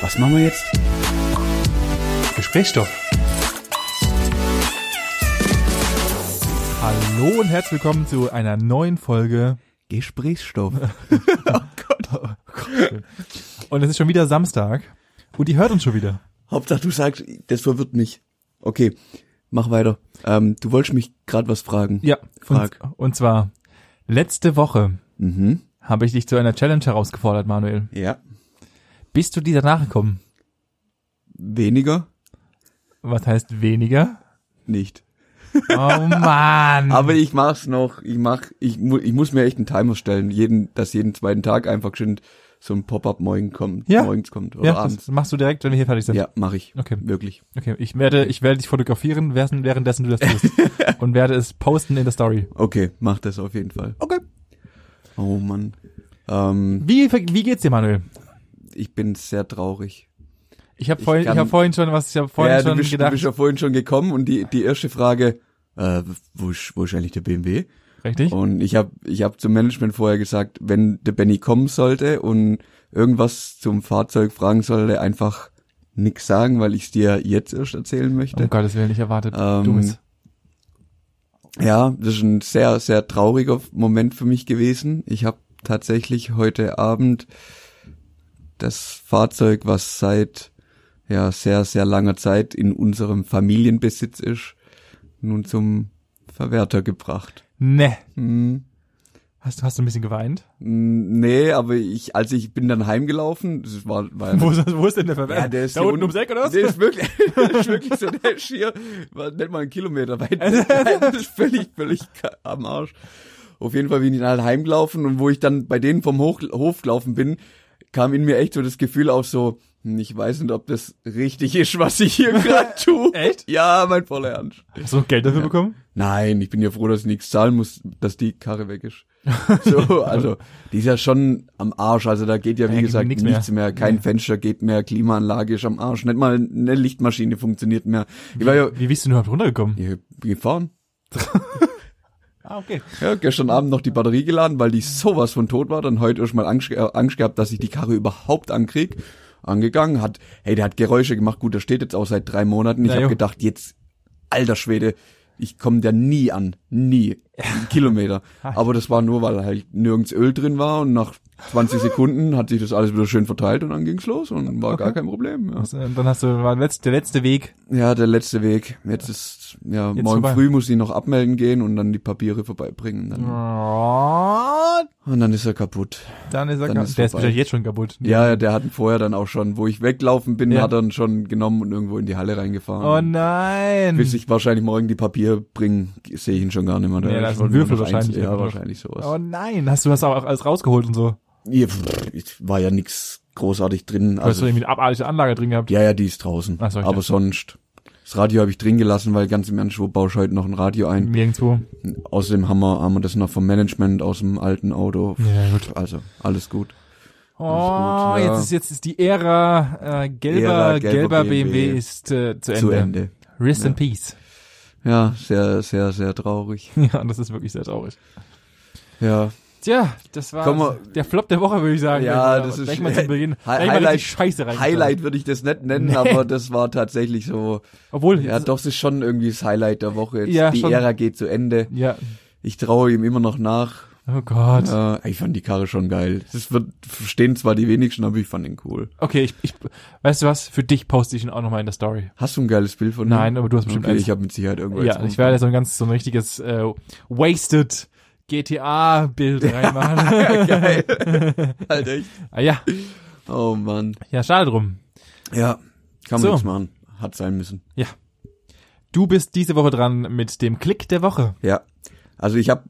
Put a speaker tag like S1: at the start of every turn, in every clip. S1: Was machen wir jetzt?
S2: Gesprächsstoff.
S3: Hallo und herzlich willkommen zu einer neuen Folge.
S1: Gesprächsstoff.
S3: Und es ist schon wieder Samstag. Und ihr hört uns schon wieder.
S1: Hauptsache du sagst, das verwirrt mich. Okay, mach weiter. Ähm, du wolltest mich gerade was fragen.
S3: Ja,
S1: Frag.
S3: Und, und zwar, letzte Woche
S1: Mhm.
S3: habe ich dich zu einer Challenge herausgefordert, Manuel.
S1: Ja.
S3: Bist du dieser nachgekommen?
S1: Weniger?
S3: Was heißt weniger?
S1: Nicht.
S3: Oh Mann.
S1: Aber ich mach's noch. Ich mach, ich, mu ich muss mir echt einen Timer stellen, jeden, dass jeden zweiten Tag einfach geschwind so ein Pop-up morgen kommt,
S3: Ja.
S1: morgens kommt oder
S3: ja, das
S1: abends.
S3: machst du direkt, wenn wir hier fertig sind.
S1: Ja, mache ich.
S3: Okay,
S1: Wirklich.
S3: okay. Ich werde, ich werde dich fotografieren, während- währenddessen du das tust. und werde es posten in der Story.
S1: Okay, mach das auf jeden Fall.
S3: Okay.
S1: Oh Mann. Ähm,
S3: Wie, wie geht's dir, Manuel?
S1: ich bin sehr traurig.
S3: Ich habe
S1: Ich
S3: vorhin, ich,
S1: kann-
S3: hab vorhin schon was, ich habe vorhin
S1: ja,
S3: schon
S1: du bist,
S3: gedacht.
S1: du bist ja vorhin schon gekommen und die, die erste Frage, äh, wo, ist, wo ist eigentlich der BMW?
S3: richtig?
S1: Und ich habe ich hab zum Management vorher gesagt, wenn der Benny kommen sollte und irgendwas zum Fahrzeug fragen sollte, einfach nix sagen, weil ich es dir jetzt erst erzählen möchte.
S3: Um Gottes Willen, ich erwartet.
S1: Ähm,
S3: Dummes.
S1: Ja, das ist ein sehr, sehr trauriger Moment für mich gewesen. Ich habe tatsächlich heute Abend das Fahrzeug, was seit ja sehr, sehr langer Zeit in unserem Familienbesitz ist, nun zum Verwerter gebracht.
S3: Ne.
S1: Hm.
S3: Hast, du- hast du ein bisschen geweint?
S1: Hm, Nee, aber ich, als ich bin dann heimgelaufen, das war, war
S3: Wo ist, wo ist denn der Verwerter?
S1: Äh, Ja, der ist
S3: da
S1: hier
S3: unten
S1: unten-
S3: ums Eck, oder was?
S1: Der ist wirklich, der ist wirklich so, der ist hier, was nennt man einen Kilometer weit. Das ist völlig, völlig ka- am Arsch. Auf jeden Fall bin ich dann halt heimgelaufen und wo ich dann bei denen vom Hoch, Hof gelaufen bin, kam in mir echt so das Gefühl auf so, hm, ich weiß nicht, ob das richtig ist, was ich hier gerade tue.
S3: Echt?
S1: Ja, mein voller Ernst.
S3: Hast du noch Geld dafür bekommen?
S1: Nein, ich bin ja froh, dass ich nichts zahlen muss, dass die Karre weg ist. So, also, die ist ja schon am Arsch. Also da geht ja, wie
S3: Ja, geht
S1: gesagt,
S3: nichts
S1: nichts
S3: mehr.
S1: mehr. Kein Fenster geht mehr, Klimaanlage ist am Arsch. Nicht mal eine Lichtmaschine funktioniert mehr. Ich war ja
S3: Wie bist du denn überhaupt runtergekommen?
S1: ich bin gefahren.
S3: Ah, okay.
S1: Ja, gestern Abend noch die Batterie geladen, weil die sowas von tot war. Dann heute erstmal Angst, äh, Angst gehabt, dass ich die Karre überhaupt ankrieg. Angegangen, hat, hey, der hat Geräusche gemacht. Gut, der steht jetzt auch seit drei Monaten. Ich
S3: Ja,
S1: hab
S3: jo.
S1: habe gedacht, jetzt, alter Schwede, ich komme da nie an. Nie. Ein Kilometer. Aber das war nur, weil halt nirgends Öl drin war und nach 20 Sekunden hat sich das alles wieder schön verteilt und dann ging's los und war gar kein Problem. Ja.
S3: Also, dann hast du, war letzt, der letzte Weg.
S1: ja, der letzte Weg. Jetzt ist, ja,
S3: Jetzt
S1: morgen
S3: vorbei.
S1: früh muss ich noch abmelden gehen und dann die Papiere vorbeibringen. Dann,
S3: Dann
S1: Und dann ist er kaputt.
S3: ist er
S1: Dann
S3: kaputt.
S1: ist
S3: Der ist
S1: vorbei.
S3: wahrscheinlich jetzt schon kaputt.
S1: Ja, ja, der hat ihn vorher dann auch schon, wo ich weggelaufen bin,
S3: Ja.
S1: hat er ihn schon genommen und irgendwo in die Halle reingefahren.
S3: Oh nein.
S1: Bis ich wahrscheinlich morgen die Papiere bringe, sehe ich ihn schon gar nicht mehr.
S3: Nee, da
S1: ist
S3: ist ein
S1: nur
S3: Würfel
S1: noch
S3: wahrscheinlich
S1: Ja,
S3: irgendwo.
S1: wahrscheinlich sowas.
S3: Oh nein. Hast du das auch alles rausgeholt und so?
S1: Ja, pff, es war ja nix großartig drin.
S3: hast du
S1: Also,
S3: irgendwie eine abartige Anlage drin gehabt?
S1: ja, ja, die ist draußen.
S3: Ach so, ich
S1: Aber
S3: dachte-
S1: sonst, das Radio habe ich drin gelassen, weil ganz im Ernst, wo baust du heute noch ein Radio ein?
S3: Nirgendwo.
S1: Außerdem haben wir, haben wir das noch vom Management aus dem alten Auto.
S3: Ja, gut.
S1: Also, alles gut.
S3: Oh,
S1: Alles gut, ja.
S3: jetzt ist jetzt ist die Ära äh, gelber
S1: Ära gelber
S3: gelber BMW,
S1: BMW
S3: ist äh, zu Ende.
S1: Zu Ende.
S3: Rest in
S1: Ja.
S3: peace.
S1: Ja, sehr, sehr, sehr traurig.
S3: Ja, das ist wirklich sehr traurig.
S1: Ja,
S3: Tja, das war
S1: Komm mal.
S3: der Flop der Woche, würde ich sagen.
S1: Ja,
S3: Gleich
S1: das
S3: mal-
S1: ist
S3: gleich mal zum Beginn.
S1: Hi-
S3: gleich mal richtig
S1: Highlight,
S3: Scheiße rein.
S1: Highlight würde ich das nicht nennen,
S3: Nee.
S1: aber das war tatsächlich so.
S3: Obwohl
S1: Ja, doch, es ist schon irgendwie das Highlight der Woche. Jetzt
S3: Ja,
S1: die
S3: schon.
S1: Ära geht zu Ende.
S3: Ja.
S1: Ich traue ihm immer noch nach.
S3: Oh Gott.
S1: Äh, ich fand die Karre schon geil. Das wird verstehen zwar die wenigsten, aber ich fand ihn cool.
S3: Okay, ich, ich weißt du was? Für dich poste ich ihn auch nochmal in der Story.
S1: Hast du ein geiles Bild von
S3: Nein,
S1: ihm?
S3: aber du hast bestimmt
S1: Mhm. okay,
S3: eins.
S1: Ich habe mit Sicherheit irgendwas.
S3: ja, ich werde so ein ganz so ein richtiges äh, wasted GTA Bild reinmachen.
S1: geil. halt echt.
S3: ah, ja,
S1: Oh Mann.
S3: ja, schade drum.
S1: Ja, kann man
S3: So.
S1: nichts machen. Hat sein müssen.
S3: Du bist diese Woche dran mit dem Klick der Woche.
S1: Ja, also ich habe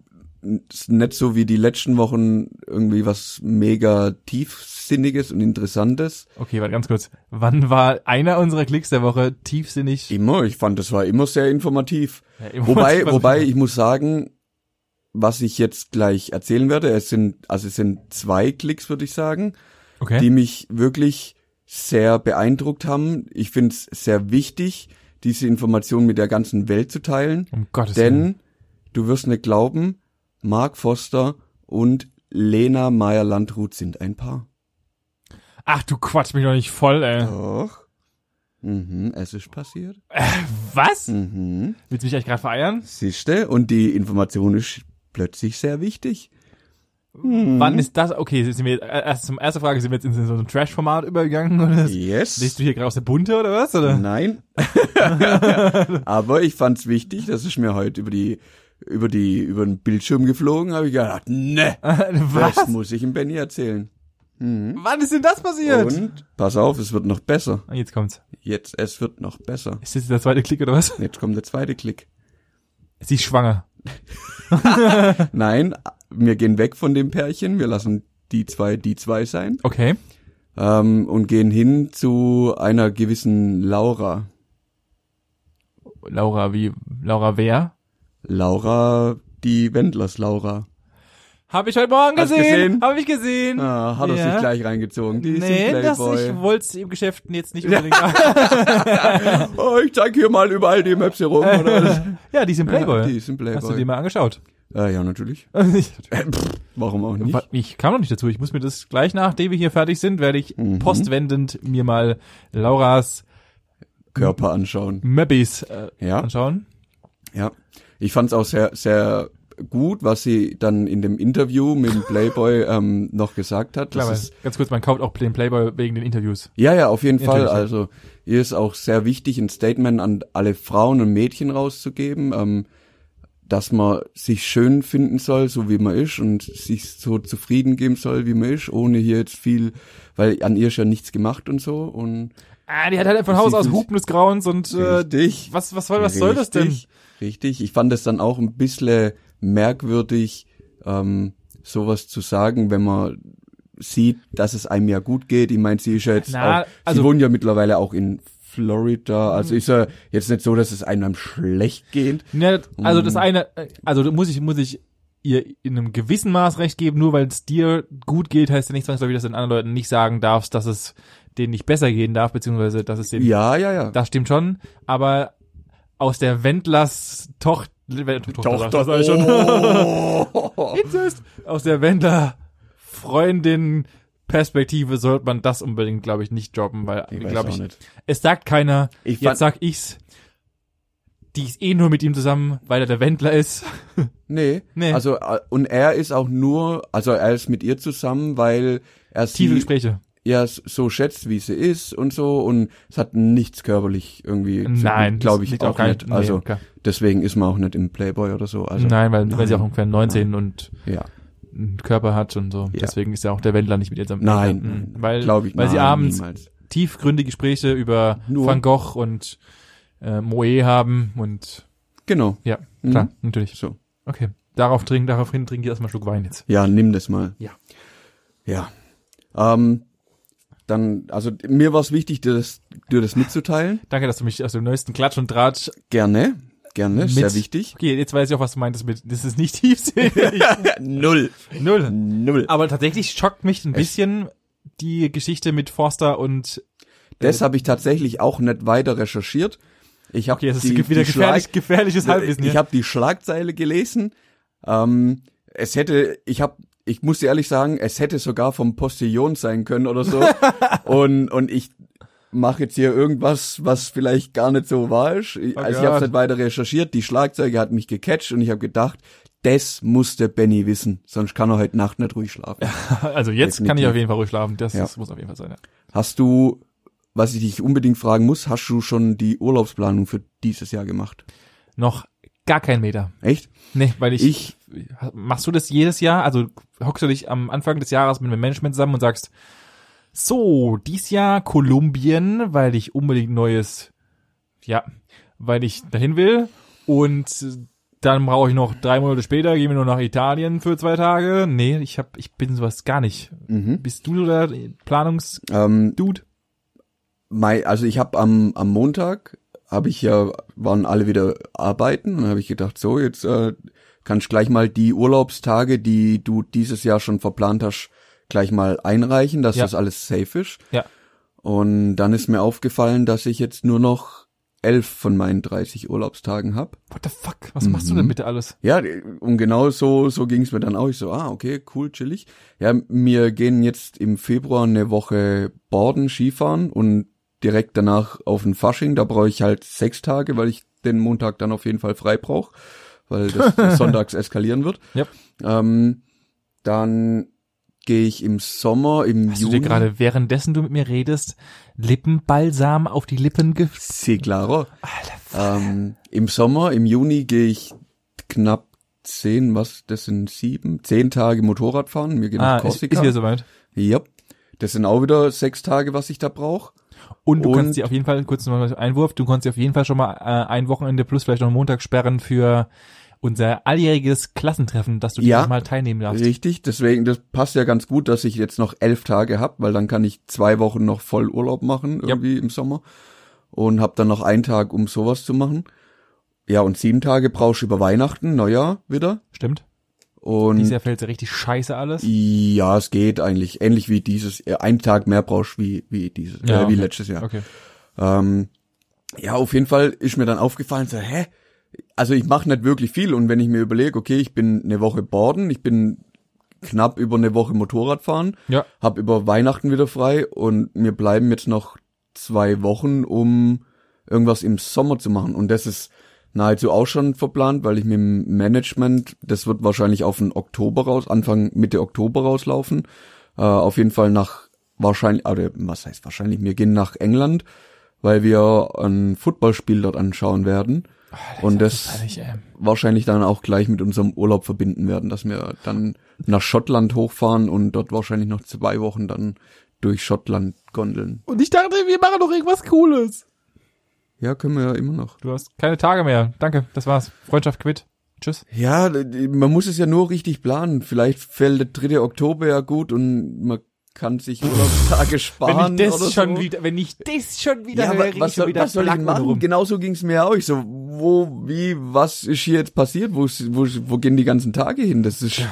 S1: nicht so wie die letzten Wochen irgendwie was mega tiefsinniges und interessantes.
S3: Okay, warte ganz kurz. Wann war einer unserer Klicks der Woche tiefsinnig?
S1: Immer, ich fand, das war immer sehr informativ.
S3: Ja, immer-
S1: Wobei,
S3: was-
S1: wobei ich muss sagen, was ich jetzt gleich erzählen werde, es sind, also es sind zwei Klicks, würde ich sagen,
S3: okay.
S1: die mich wirklich sehr beeindruckt haben. Ich finde es sehr wichtig, diese Information mit der ganzen Welt zu teilen.
S3: um Gottes Willen.
S1: Denn du wirst nicht glauben, Mark Foster und Lena Meyer Landrut sind ein Paar.
S3: Ach, du quatsch mich doch nicht voll, ey.
S1: Oh. Doch. Mhm, es ist passiert.
S3: Äh, Was?
S1: Mhm.
S3: Willst du mich eigentlich gerade vereiern?
S1: Siehste? Und die Information ist plötzlich sehr wichtig. Mhm.
S3: Wann ist das? Okay, sind wir, äh, erst zum erste Frage, sind wir jetzt in so ein Trash-Format übergegangen oder
S1: Yes.
S3: Liest du hier gerade aus der Bunte oder was? Oder?
S1: Nein. Aber ich fand's wichtig, das ist mir heute über die über die über den Bildschirm geflogen, habe ich gedacht, ne, das
S3: was?
S1: muss ich dem Benny erzählen.
S3: Wann ist denn das passiert?
S1: Und pass auf, es wird noch besser.
S3: Ah, Jetzt kommt's.
S1: Jetzt es wird noch besser.
S3: Ist das der zweite Klick oder was?
S1: Jetzt kommt der zweite Klick.
S3: Sie ist schwanger.
S1: Nein, wir gehen weg von dem Pärchen, wir lassen die zwei die zwei sein
S3: Okay.
S1: ähm, und gehen hin zu einer gewissen Laura.
S3: Laura, wie, Laura wer?
S1: Laura, die Wendlers Laura.
S3: Hab ich heute Morgen
S1: Hast
S3: gesehen.
S1: gesehen?
S3: Hab ich gesehen.
S1: Ah, hat er
S3: Ja.
S1: sich gleich reingezogen. Die ist
S3: nee,
S1: ein
S3: das
S1: Playboy.
S3: ich wollte im Geschäft jetzt nicht unbedingt.
S1: Oh, ich zeig hier mal überall die Maps herum. Oder?
S3: ja, die ist im Playboy.
S1: Ja, die ist ein Playboy.
S3: Hast du die mal angeschaut?
S1: äh, ja, natürlich. Äh, Warum auch nicht?
S3: Wa- Ich kam noch nicht dazu. Ich muss mir das gleich nachdem wir hier fertig sind, werde ich postwendend mir mal Lauras
S1: Körper anschauen.
S3: Möbbis äh,
S1: Ja,
S3: anschauen.
S1: ja. Ich fand's auch sehr, sehr gut, was sie dann in dem Interview mit dem Playboy ähm, noch gesagt hat.
S3: Klar,
S1: Das
S3: weil-
S1: ist,
S3: ganz kurz, man kauft auch den Playboy wegen den Interviews.
S1: ja, ja, auf jeden Fall.
S3: Natürlich, ja.
S1: Also ihr ist auch sehr wichtig, ein Statement an alle Frauen und Mädchen rauszugeben, ähm, dass man sich schön finden soll, so wie man ist, und sich so zufrieden geben soll, wie man ist, ohne hier jetzt viel, weil an ihr ist ja nichts gemacht und so. Und
S3: Ah, die hat halt von Haus aus Hupen des Grauens und äh,
S1: Richtig.
S3: was, was soll, was soll das denn?
S1: Richtig, Richtig. Ich fand es dann auch ein bisschen merkwürdig, ähm, sowas zu sagen, wenn man sieht, dass es einem ja gut geht. Ich meine, sie ist ja jetzt
S3: Na,
S1: auch,
S3: also- Mhm.
S1: sie wohnen ja mittlerweile auch in Florida. Also ist ja jetzt nicht so, dass es einem schlecht geht.
S3: Ja, also das eine, äh, also da muss ich, muss ich ihr in einem gewissen Maß recht geben, nur weil es dir gut geht, heißt ja nicht zwangsläufig, dass du den anderen Leuten nicht sagen darfst, dass es denen nicht besser gehen darf, beziehungsweise dass es denen,
S1: Ja, ja, ja.
S3: das stimmt schon, aber aus der Wendlers Tochter, Tochter,
S1: Tochter,
S3: sag ich schon.
S1: oh.
S3: Inzest. Aus der Wendler Freundin Perspektive sollte man das unbedingt, glaube ich, nicht droppen, weil,
S1: Ich weiß
S3: glaube
S1: auch
S3: ich,
S1: nicht.
S3: es sagt keiner,
S1: Ich
S3: jetzt
S1: fand-
S3: sag ich's, die ist eh nur mit ihm zusammen, weil er der Wendler ist.
S1: Nee.
S3: Nee.
S1: Also, äh, und er ist auch nur, also er ist mit ihr zusammen, weil er
S3: Tiefe
S1: sie
S3: Gespräche.
S1: ja s- so schätzt, wie sie ist und so und es hat nichts körperlich irgendwie
S3: Nein,
S1: glaube
S3: das
S1: ich
S3: liegt
S1: auch,
S3: auch gar
S1: nicht.
S3: nicht- nee,
S1: also
S3: klar.
S1: deswegen ist man auch nicht im Playboy oder so. Also
S3: Nein, weil, weil sie auch ungefähr 19 und
S1: ja,
S3: einen Körper hat und so.
S1: Ja.
S3: Deswegen ist ja auch der Wendler nicht mit ihr zusammen.
S1: Nein,
S3: Mhm.
S1: nein,
S3: weil,
S1: glaub ich,
S3: weil sie
S1: nein,
S3: abends
S1: niemals.
S3: tiefgründige Gespräche über
S1: Nur-
S3: Van Gogh und äh, Moe haben und
S1: genau.
S3: ja, klar, natürlich.
S1: So
S3: Okay. Darauf trinken, darauf hin trinke ich erstmal einen Schluck Wein jetzt.
S1: ja, nimm das mal.
S3: Ja.
S1: Ja. Ähm, dann also mir war es wichtig, dir das, dir das mitzuteilen.
S3: Danke, dass du mich aus dem neuesten Klatsch und Tratsch.
S1: Gerne, gerne,
S3: Mit-
S1: sehr wichtig.
S3: Okay, jetzt weiß ich auch, was du meintest mit, das ist nicht tiefsinnig.
S1: Null,
S3: Null.
S1: null.
S3: Aber tatsächlich schockt mich ein bisschen die Geschichte mit Forster und
S1: Das habe ich tatsächlich auch nicht weiter recherchiert. Ich habe
S3: okay, also es
S1: die,
S3: gibt wieder
S1: die Schlag-
S3: gefährlich, gefährliches Halbwissen.
S1: Äh, Ich
S3: hier.
S1: habe die Schlagzeile gelesen. Ähm, es hätte, ich habe, ich muss dir ehrlich sagen, es hätte sogar vom Postillon sein können oder so. und und ich mache jetzt hier irgendwas, was vielleicht gar nicht so war. Ich, also ich
S3: Gott.
S1: habe nicht weiter recherchiert. Die Schlagzeile hat mich gecatcht und ich habe gedacht, das muss der Benny wissen, sonst kann er heute Nacht nicht ruhig schlafen.
S3: also jetzt kann ich
S1: definitiv.
S3: auf jeden Fall ruhig schlafen. Das,
S1: Ja.
S3: das muss auf jeden Fall sein. Ja.
S1: Hast du, was ich dich unbedingt fragen muss, hast du schon die Urlaubsplanung für dieses Jahr gemacht?
S3: Noch gar kein Meter.
S1: Echt?
S3: Nee, weil ich,
S1: Ich-
S3: machst du das jedes Jahr? Also hockst du dich am Anfang des Jahres mit dem Management zusammen und sagst, so, dies Jahr Kolumbien, weil ich unbedingt neues, ja, weil ich dahin will und dann brauche ich noch drei Monate später, gehen wir nur nach Italien für zwei Tage. Nee, ich hab, ich bin sowas gar nicht.
S1: Mhm.
S3: Bist du so der Planungsdude?
S1: Ähm, Mai, also ich habe am, am Montag habe ich ja waren alle wieder arbeiten und dann habe ich gedacht, so jetzt äh, kannst gleich mal die Urlaubstage, die du dieses Jahr schon verplant hast, gleich mal einreichen, dass
S3: Ja.
S1: das alles safe ist.
S3: Ja.
S1: Und dann ist mir aufgefallen, dass ich jetzt nur noch elf von meinen 30 Urlaubstagen hab.
S3: What the fuck? Was machst du denn
S1: Mhm.
S3: bitte alles?
S1: Ja, und genau so, so ging's mir dann auch. Ich so, ah, okay, cool, chillig. Ja, wir gehen jetzt im Februar eine Woche Borden, Skifahren und direkt danach auf den Fasching. Da brauche ich halt sechs Tage, weil ich den Montag dann auf jeden Fall frei brauch, weil das sonntags eskalieren wird.
S3: Yep.
S1: Ähm, dann gehe ich im Sommer, im
S3: Hast
S1: Juni.
S3: du dir gerade, währenddessen du mit mir redest, Lippenbalsam auf die Lippen ge...
S1: Sie, claro.
S3: Alter,
S1: Ähm, Im Sommer, im Juni gehe ich knapp zehn, was, das sind sieben, zehn Tage Motorrad fahren. Wir gehen
S3: ah,
S1: nach
S3: ist,
S1: Korsika.
S3: ist wieder soweit.
S1: Yep. Das sind auch wieder sechs Tage, was ich da brauch.
S3: Und du kannst
S1: Und-
S3: dir auf jeden Fall, kurz nochmal Einwurf, du kannst dir auf jeden Fall schon mal äh, ein Wochenende plus vielleicht noch einen Montag sperren für unser alljähriges Klassentreffen, dass du
S1: Ja.
S3: dieses Mal teilnehmen darfst.
S1: Richtig, deswegen, das passt ja ganz gut, dass ich jetzt noch elf Tage hab, weil dann kann ich zwei Wochen noch voll Urlaub machen, irgendwie im Sommer. Und hab dann noch einen Tag, um sowas zu machen. Ja, und sieben Tage brauchst du über Weihnachten, Neujahr wieder.
S3: Stimmt.
S1: Und
S3: Dieses Jahr fällt ja richtig scheiße alles.
S1: Mhm. ja, es geht eigentlich ähnlich wie dieses, äh, einen Tag mehr brauchst wie, wie dieses,
S3: Ja,
S1: äh, wie
S3: okay.
S1: letztes Jahr.
S3: Okay.
S1: Ähm, ja, auf jeden Fall ist mir dann aufgefallen, so, hä? Also ich mache nicht wirklich viel und wenn ich mir überlege, okay, ich bin eine Woche Borden, ich bin knapp über eine Woche Motorrad fahren,
S3: Ja.
S1: hab über Weihnachten wieder frei und mir bleiben jetzt noch zwei Wochen, um irgendwas im Sommer zu machen. Und das ist nahezu auch schon verplant, weil ich mit dem Management, das wird wahrscheinlich auf den Oktober raus, Anfang Mitte Oktober rauslaufen. Äh, auf jeden Fall nach wahrscheinlich, oder was heißt wahrscheinlich, wir gehen nach England, weil wir ein Footballspiel dort anschauen werden.
S3: Ah,
S1: Und das
S3: Herrlich, ey.
S1: wahrscheinlich dann auch gleich mit unserem Urlaub verbinden werden, dass wir dann nach Schottland hochfahren und dort wahrscheinlich noch zwei Wochen dann durch Schottland gondeln.
S3: Und ich dachte, wir machen doch irgendwas Cooles.
S1: Ja, können wir ja immer noch.
S3: Du hast keine Tage mehr. Danke, das war's. Freundschaft quitt. Tschüss.
S1: Ja, d- man muss es ja nur richtig planen. Vielleicht fällt der 3. Oktober ja gut und man kann sich Urlaubstage sparen oder so.
S3: wieder, wenn ich das schon
S1: ja, wa-
S3: höre,
S1: was
S3: ich schon
S1: soll, was soll ich
S3: placken
S1: machen?
S3: rum.
S1: Genauso ging es mir auch. Ich so, wo, wie, was ist hier jetzt passiert? Wo, ist- wo, wo gehen die ganzen Tage hin? Das ist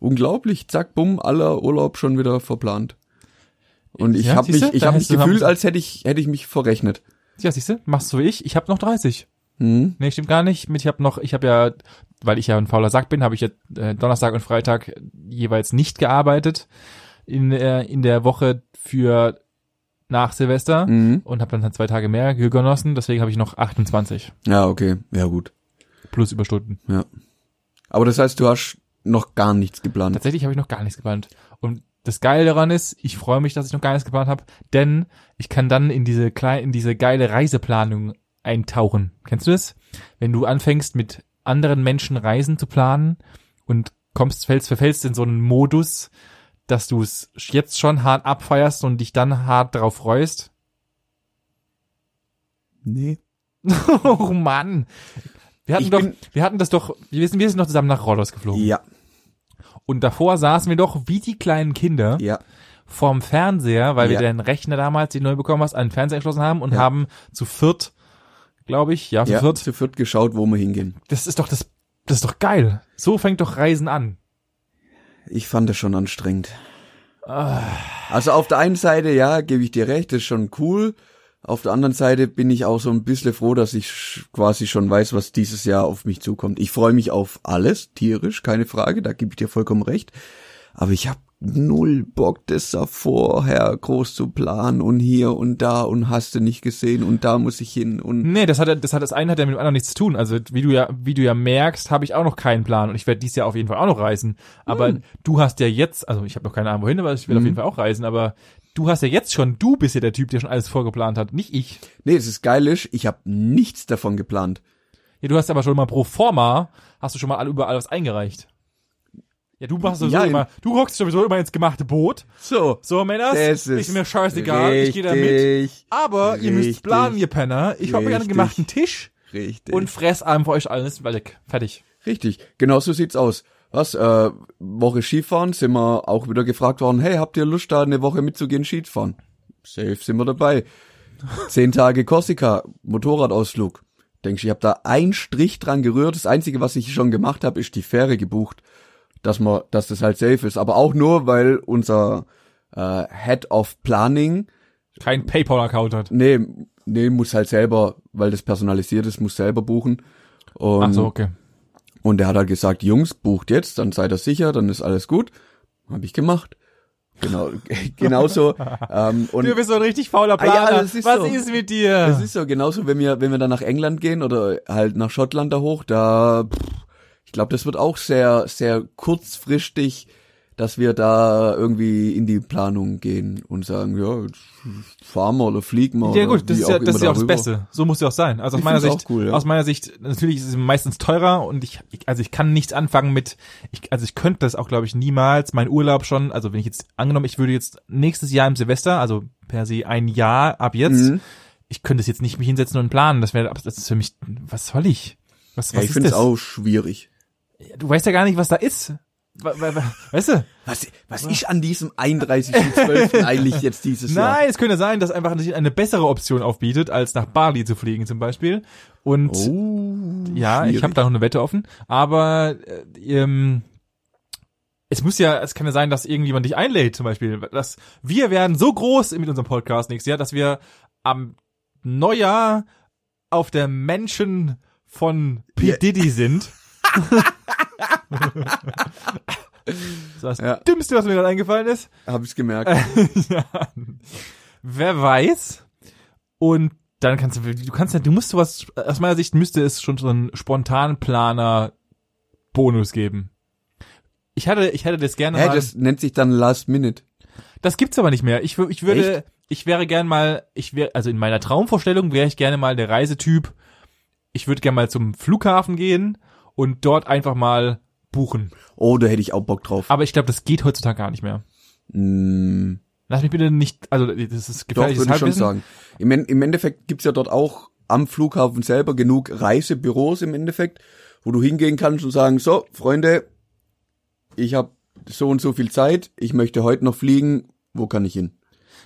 S1: unglaublich. Zack, bumm, aller Urlaub schon wieder verplant. Und ich
S3: Ja,
S1: habe mich,
S3: siehste,
S1: ich
S3: da
S1: habe mich
S3: hast du- haben
S1: gefühlt,
S3: sie-
S1: als hätte ich, hätte ich mich verrechnet.
S3: Ja, siehst du, machst du wie ich. Ich habe noch 30.
S1: Hm?
S3: Nee, stimmt gar nicht. Mit- Ich habe noch, ich habe ja, weil ich ja ein fauler Sack bin, habe ich ja äh, Donnerstag und Freitag jeweils nicht gearbeitet in, äh, in der Woche für nach Silvester
S1: Mhm.
S3: und habe dann halt zwei Tage mehr genossen. Deswegen habe ich noch 28
S1: Ja, okay. Ja, gut.
S3: plus Überstunden.
S1: Aber das heißt, du hast noch gar nichts geplant.
S3: Tatsächlich habe ich noch gar nichts geplant. Und das Geile daran ist, ich freue mich, dass ich noch gar nichts geplant habe, denn ich kann dann in diese kleine, in diese geile Reiseplanung eintauchen. Kennst du das? Wenn du anfängst, mit anderen Menschen Reisen zu planen und kommst, fällst, verfällst in so einen Modus, dass du es jetzt schon hart abfeierst und dich dann hart darauf freust.
S1: Nee.
S3: oh Mann! Wir hatten
S1: Ich
S3: doch,
S1: bin-
S3: wir hatten das doch, wir sind, wir sind noch zusammen nach Rodos geflogen.
S1: Ja,
S3: Und davor saßen wir doch wie die kleinen Kinder.
S1: ja.
S3: vorm Fernseher, weil wir
S1: Ja.
S3: den Rechner damals, den du neu bekommen hast, an den Fernseher angeschlossen haben und
S1: Ja.
S3: haben zu viert, glaube ich, ja, zu
S1: ja.
S3: viert.
S1: Zu viert geschaut, wo wir hingehen.
S3: Das ist doch das, das ist doch geil. So fängt doch Reisen an.
S1: Ich fand das schon anstrengend. Also auf der einen Seite, ja, gebe ich dir recht, das ist schon cool. Auf der anderen Seite bin ich auch so ein bisschen froh, dass ich sch- quasi schon weiß, was dieses Jahr auf mich zukommt. Ich freue mich auf alles, tierisch, keine Frage, da gebe ich dir vollkommen recht. Aber ich habe null Bock, das da vorher groß zu planen und hier und da und hast du nicht gesehen und da muss ich hin und
S3: Nee, das hat, ja- das hat das eine hat ja mit dem anderen nichts zu tun. Also, wie du ja, wie du ja merkst, habe ich auch noch keinen Plan und ich werde dieses Jahr auf jeden Fall auch noch reisen. Aber du hast ja jetzt, also ich habe noch keine Ahnung wohin, aber ich will auf jeden Fall auch reisen, aber du hast ja jetzt schon, du bist ja der Typ, der schon alles vorgeplant hat, nicht ich.
S1: nee, es ist geilisch, ich habe nichts davon geplant.
S3: Ja, du hast aber schon mal pro forma, hast du schon mal all- überall was eingereicht. Ja, du machst sowieso
S1: Ja,
S3: immer, du hockst sowieso immer ins gemachte Boot.
S1: So,
S3: So, Männers,
S1: das ist
S3: ist mir scheißegal, ich gehe da mit.
S1: richtig,
S3: Aber ihr müsst
S1: Richtig.
S3: planen, ihr Penner. Ich hocke mir an einen
S1: Richtig.
S3: gemachten Tisch
S1: Richtig.
S3: und fress einem für euch alles weg. Fertig.
S1: Richtig, genau so sieht's aus. Was, äh, Woche Skifahren sind wir auch wieder gefragt worden, hey, habt ihr Lust da eine Woche mitzugehen Skifahren? Safe sind wir dabei. Zehn Tage Korsika, Motorradausflug. Denkst du, ich habe da einen Strich dran gerührt. Das Einzige, was ich schon gemacht habe, ist die Fähre gebucht. Dass, man, dass das halt safe ist. Aber auch nur, weil unser äh, Head of Planning
S3: Kein PayPal-Account hat.
S1: Nee, Nee, muss halt selber, weil das personalisiert ist, muss selber buchen. Und,
S3: Ach so, okay.
S1: und er hat halt gesagt, Jungs, bucht jetzt, dann seid ihr sicher, dann ist alles gut. Habe ich gemacht. Genau, genauso. ähm, und
S3: du bist so ein richtig fauler
S1: Ah ja,
S3: Planer.
S1: das ist
S3: Was
S1: so.
S3: ist mit dir?
S1: Es ist so, genauso, wenn wir, wenn wir dann nach England gehen oder halt nach Schottland da hoch, da, pff, ich glaube, das wird auch sehr, sehr kurzfristig, dass wir da irgendwie in die Planung gehen und sagen, ja, jetzt fahren wir oder fliegen wir.
S3: ja
S1: oder
S3: gut, das
S1: wie
S3: ist ja, das,
S1: immer
S3: ist ja auch das
S1: darüber.
S3: Beste. So muss ja auch sein. Also aus
S1: Ich
S3: meiner
S1: find's auch
S3: Sicht,
S1: cool, ja.
S3: aus meiner Sicht, natürlich ist es meistens teurer und ich, ich also ich kann nichts anfangen mit, ich, also ich könnte das auch, glaube ich, niemals, mein Urlaub schon, also wenn ich jetzt angenommen, ich würde jetzt nächstes Jahr im Silvester, also per se ein Jahr ab jetzt,
S1: Mhm.
S3: ich könnte es jetzt nicht mich hinsetzen und planen. Das wäre, das ist für mich, was soll ich? Was, was
S1: Ja, ich
S3: ist
S1: finde
S3: das?
S1: es auch schwierig.
S3: Du weißt ja gar nicht, was da ist. We- we- we- Weißt du?
S1: Was, was ich an diesem 31.12. eigentlich jetzt dieses Jahr.
S3: Nein, es könnte sein, dass einfach sich eine bessere Option aufbietet, als nach Bali zu fliegen zum Beispiel. Und
S1: Oh,
S3: ja, ich habe da noch eine Wette offen. Aber äh, ähm, es muss ja, es kann ja sein, dass irgendjemand dich einlädt zum Beispiel. Dass wir werden so groß mit unserem Podcast nächstes Jahr, dass wir am Neujahr auf der Menschen von P.
S1: Ja.
S3: Diddy sind. das war das
S1: Ja.
S3: Dümmste, was mir gerade eingefallen ist
S1: Hab ich gemerkt.
S3: ja. Wer weiß? Und dann kannst du, du kannst ja, du musst sowas, aus meiner Sicht müsste es schon so einen spontanen Planer Bonus geben. Ich hatte, ich hätte das gerne
S1: Hä,
S3: mal.
S1: das nennt sich dann Last Minute.
S3: Das gibt's aber nicht mehr. Ich, wür- ich würde, ich wäre gern mal, ich wäre, also in meiner Traumvorstellung wäre ich gerne mal der Reisetyp. Ich würde gerne mal zum Flughafen gehen und dort einfach mal buchen.
S1: Oh, da hätte ich auch Bock drauf.
S3: Aber ich glaube, das geht heutzutage gar nicht mehr.
S1: Mm.
S3: Lass mich bitte nicht, also das ist
S1: Doch,
S3: gefährliches
S1: würde ich schon
S3: Halbwissen.
S1: sagen. Im, En- Im Endeffekt gibt's ja dort auch am Flughafen selber genug Reisebüros im Endeffekt, wo du hingehen kannst und sagen, so, Freunde, ich habe so und so viel Zeit, ich möchte heute noch fliegen, wo kann ich hin?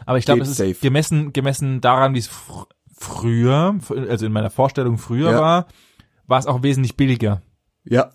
S3: Aber ich glaube,
S1: Geht
S3: es ist
S1: safe.
S3: gemessen gemessen daran, wie es fr früher, fr- also in meiner Vorstellung früher
S1: Ja.
S3: war, war es auch wesentlich billiger.
S1: Ja,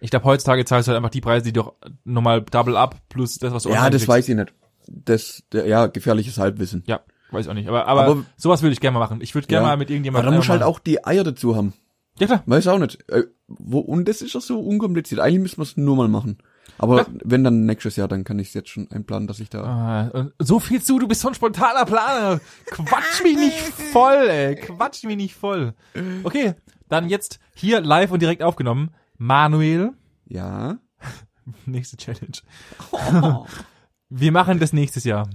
S3: Ich glaube, heutzutage zahlst du halt einfach die Preise, die doch nochmal double up plus das, was du
S1: ja,
S3: online
S1: das
S3: kriegst.
S1: weiß ich nicht. Das, der, ja, gefährliches Halbwissen.
S3: Ja, weiß ich auch nicht. Aber, aber,
S1: Aber-
S3: sowas würde ich gerne mal machen. Ich würde gerne
S1: Ja.
S3: mal mit
S1: Aber
S3: irgendjemandem.
S1: da musst du halt
S3: mal-
S1: auch die Eier dazu haben.
S3: Ja klar.
S1: Weiß auch nicht. Äh, wo, und das ist ja so unkompliziert. Eigentlich müssen wir es nur mal machen. Aber
S3: Ja.
S1: wenn dann nächstes Jahr, dann kann ich es jetzt schon einplanen, dass ich da.
S3: Ah, und So viel zu, du bist so ein spontaner Planer. Quatsch mich nicht voll, ey. Quatsch mich nicht voll. Okay, dann jetzt hier live und direkt aufgenommen. Manuel,
S1: Ja.
S3: nächste Challenge. Wir machen das nächstes Jahr.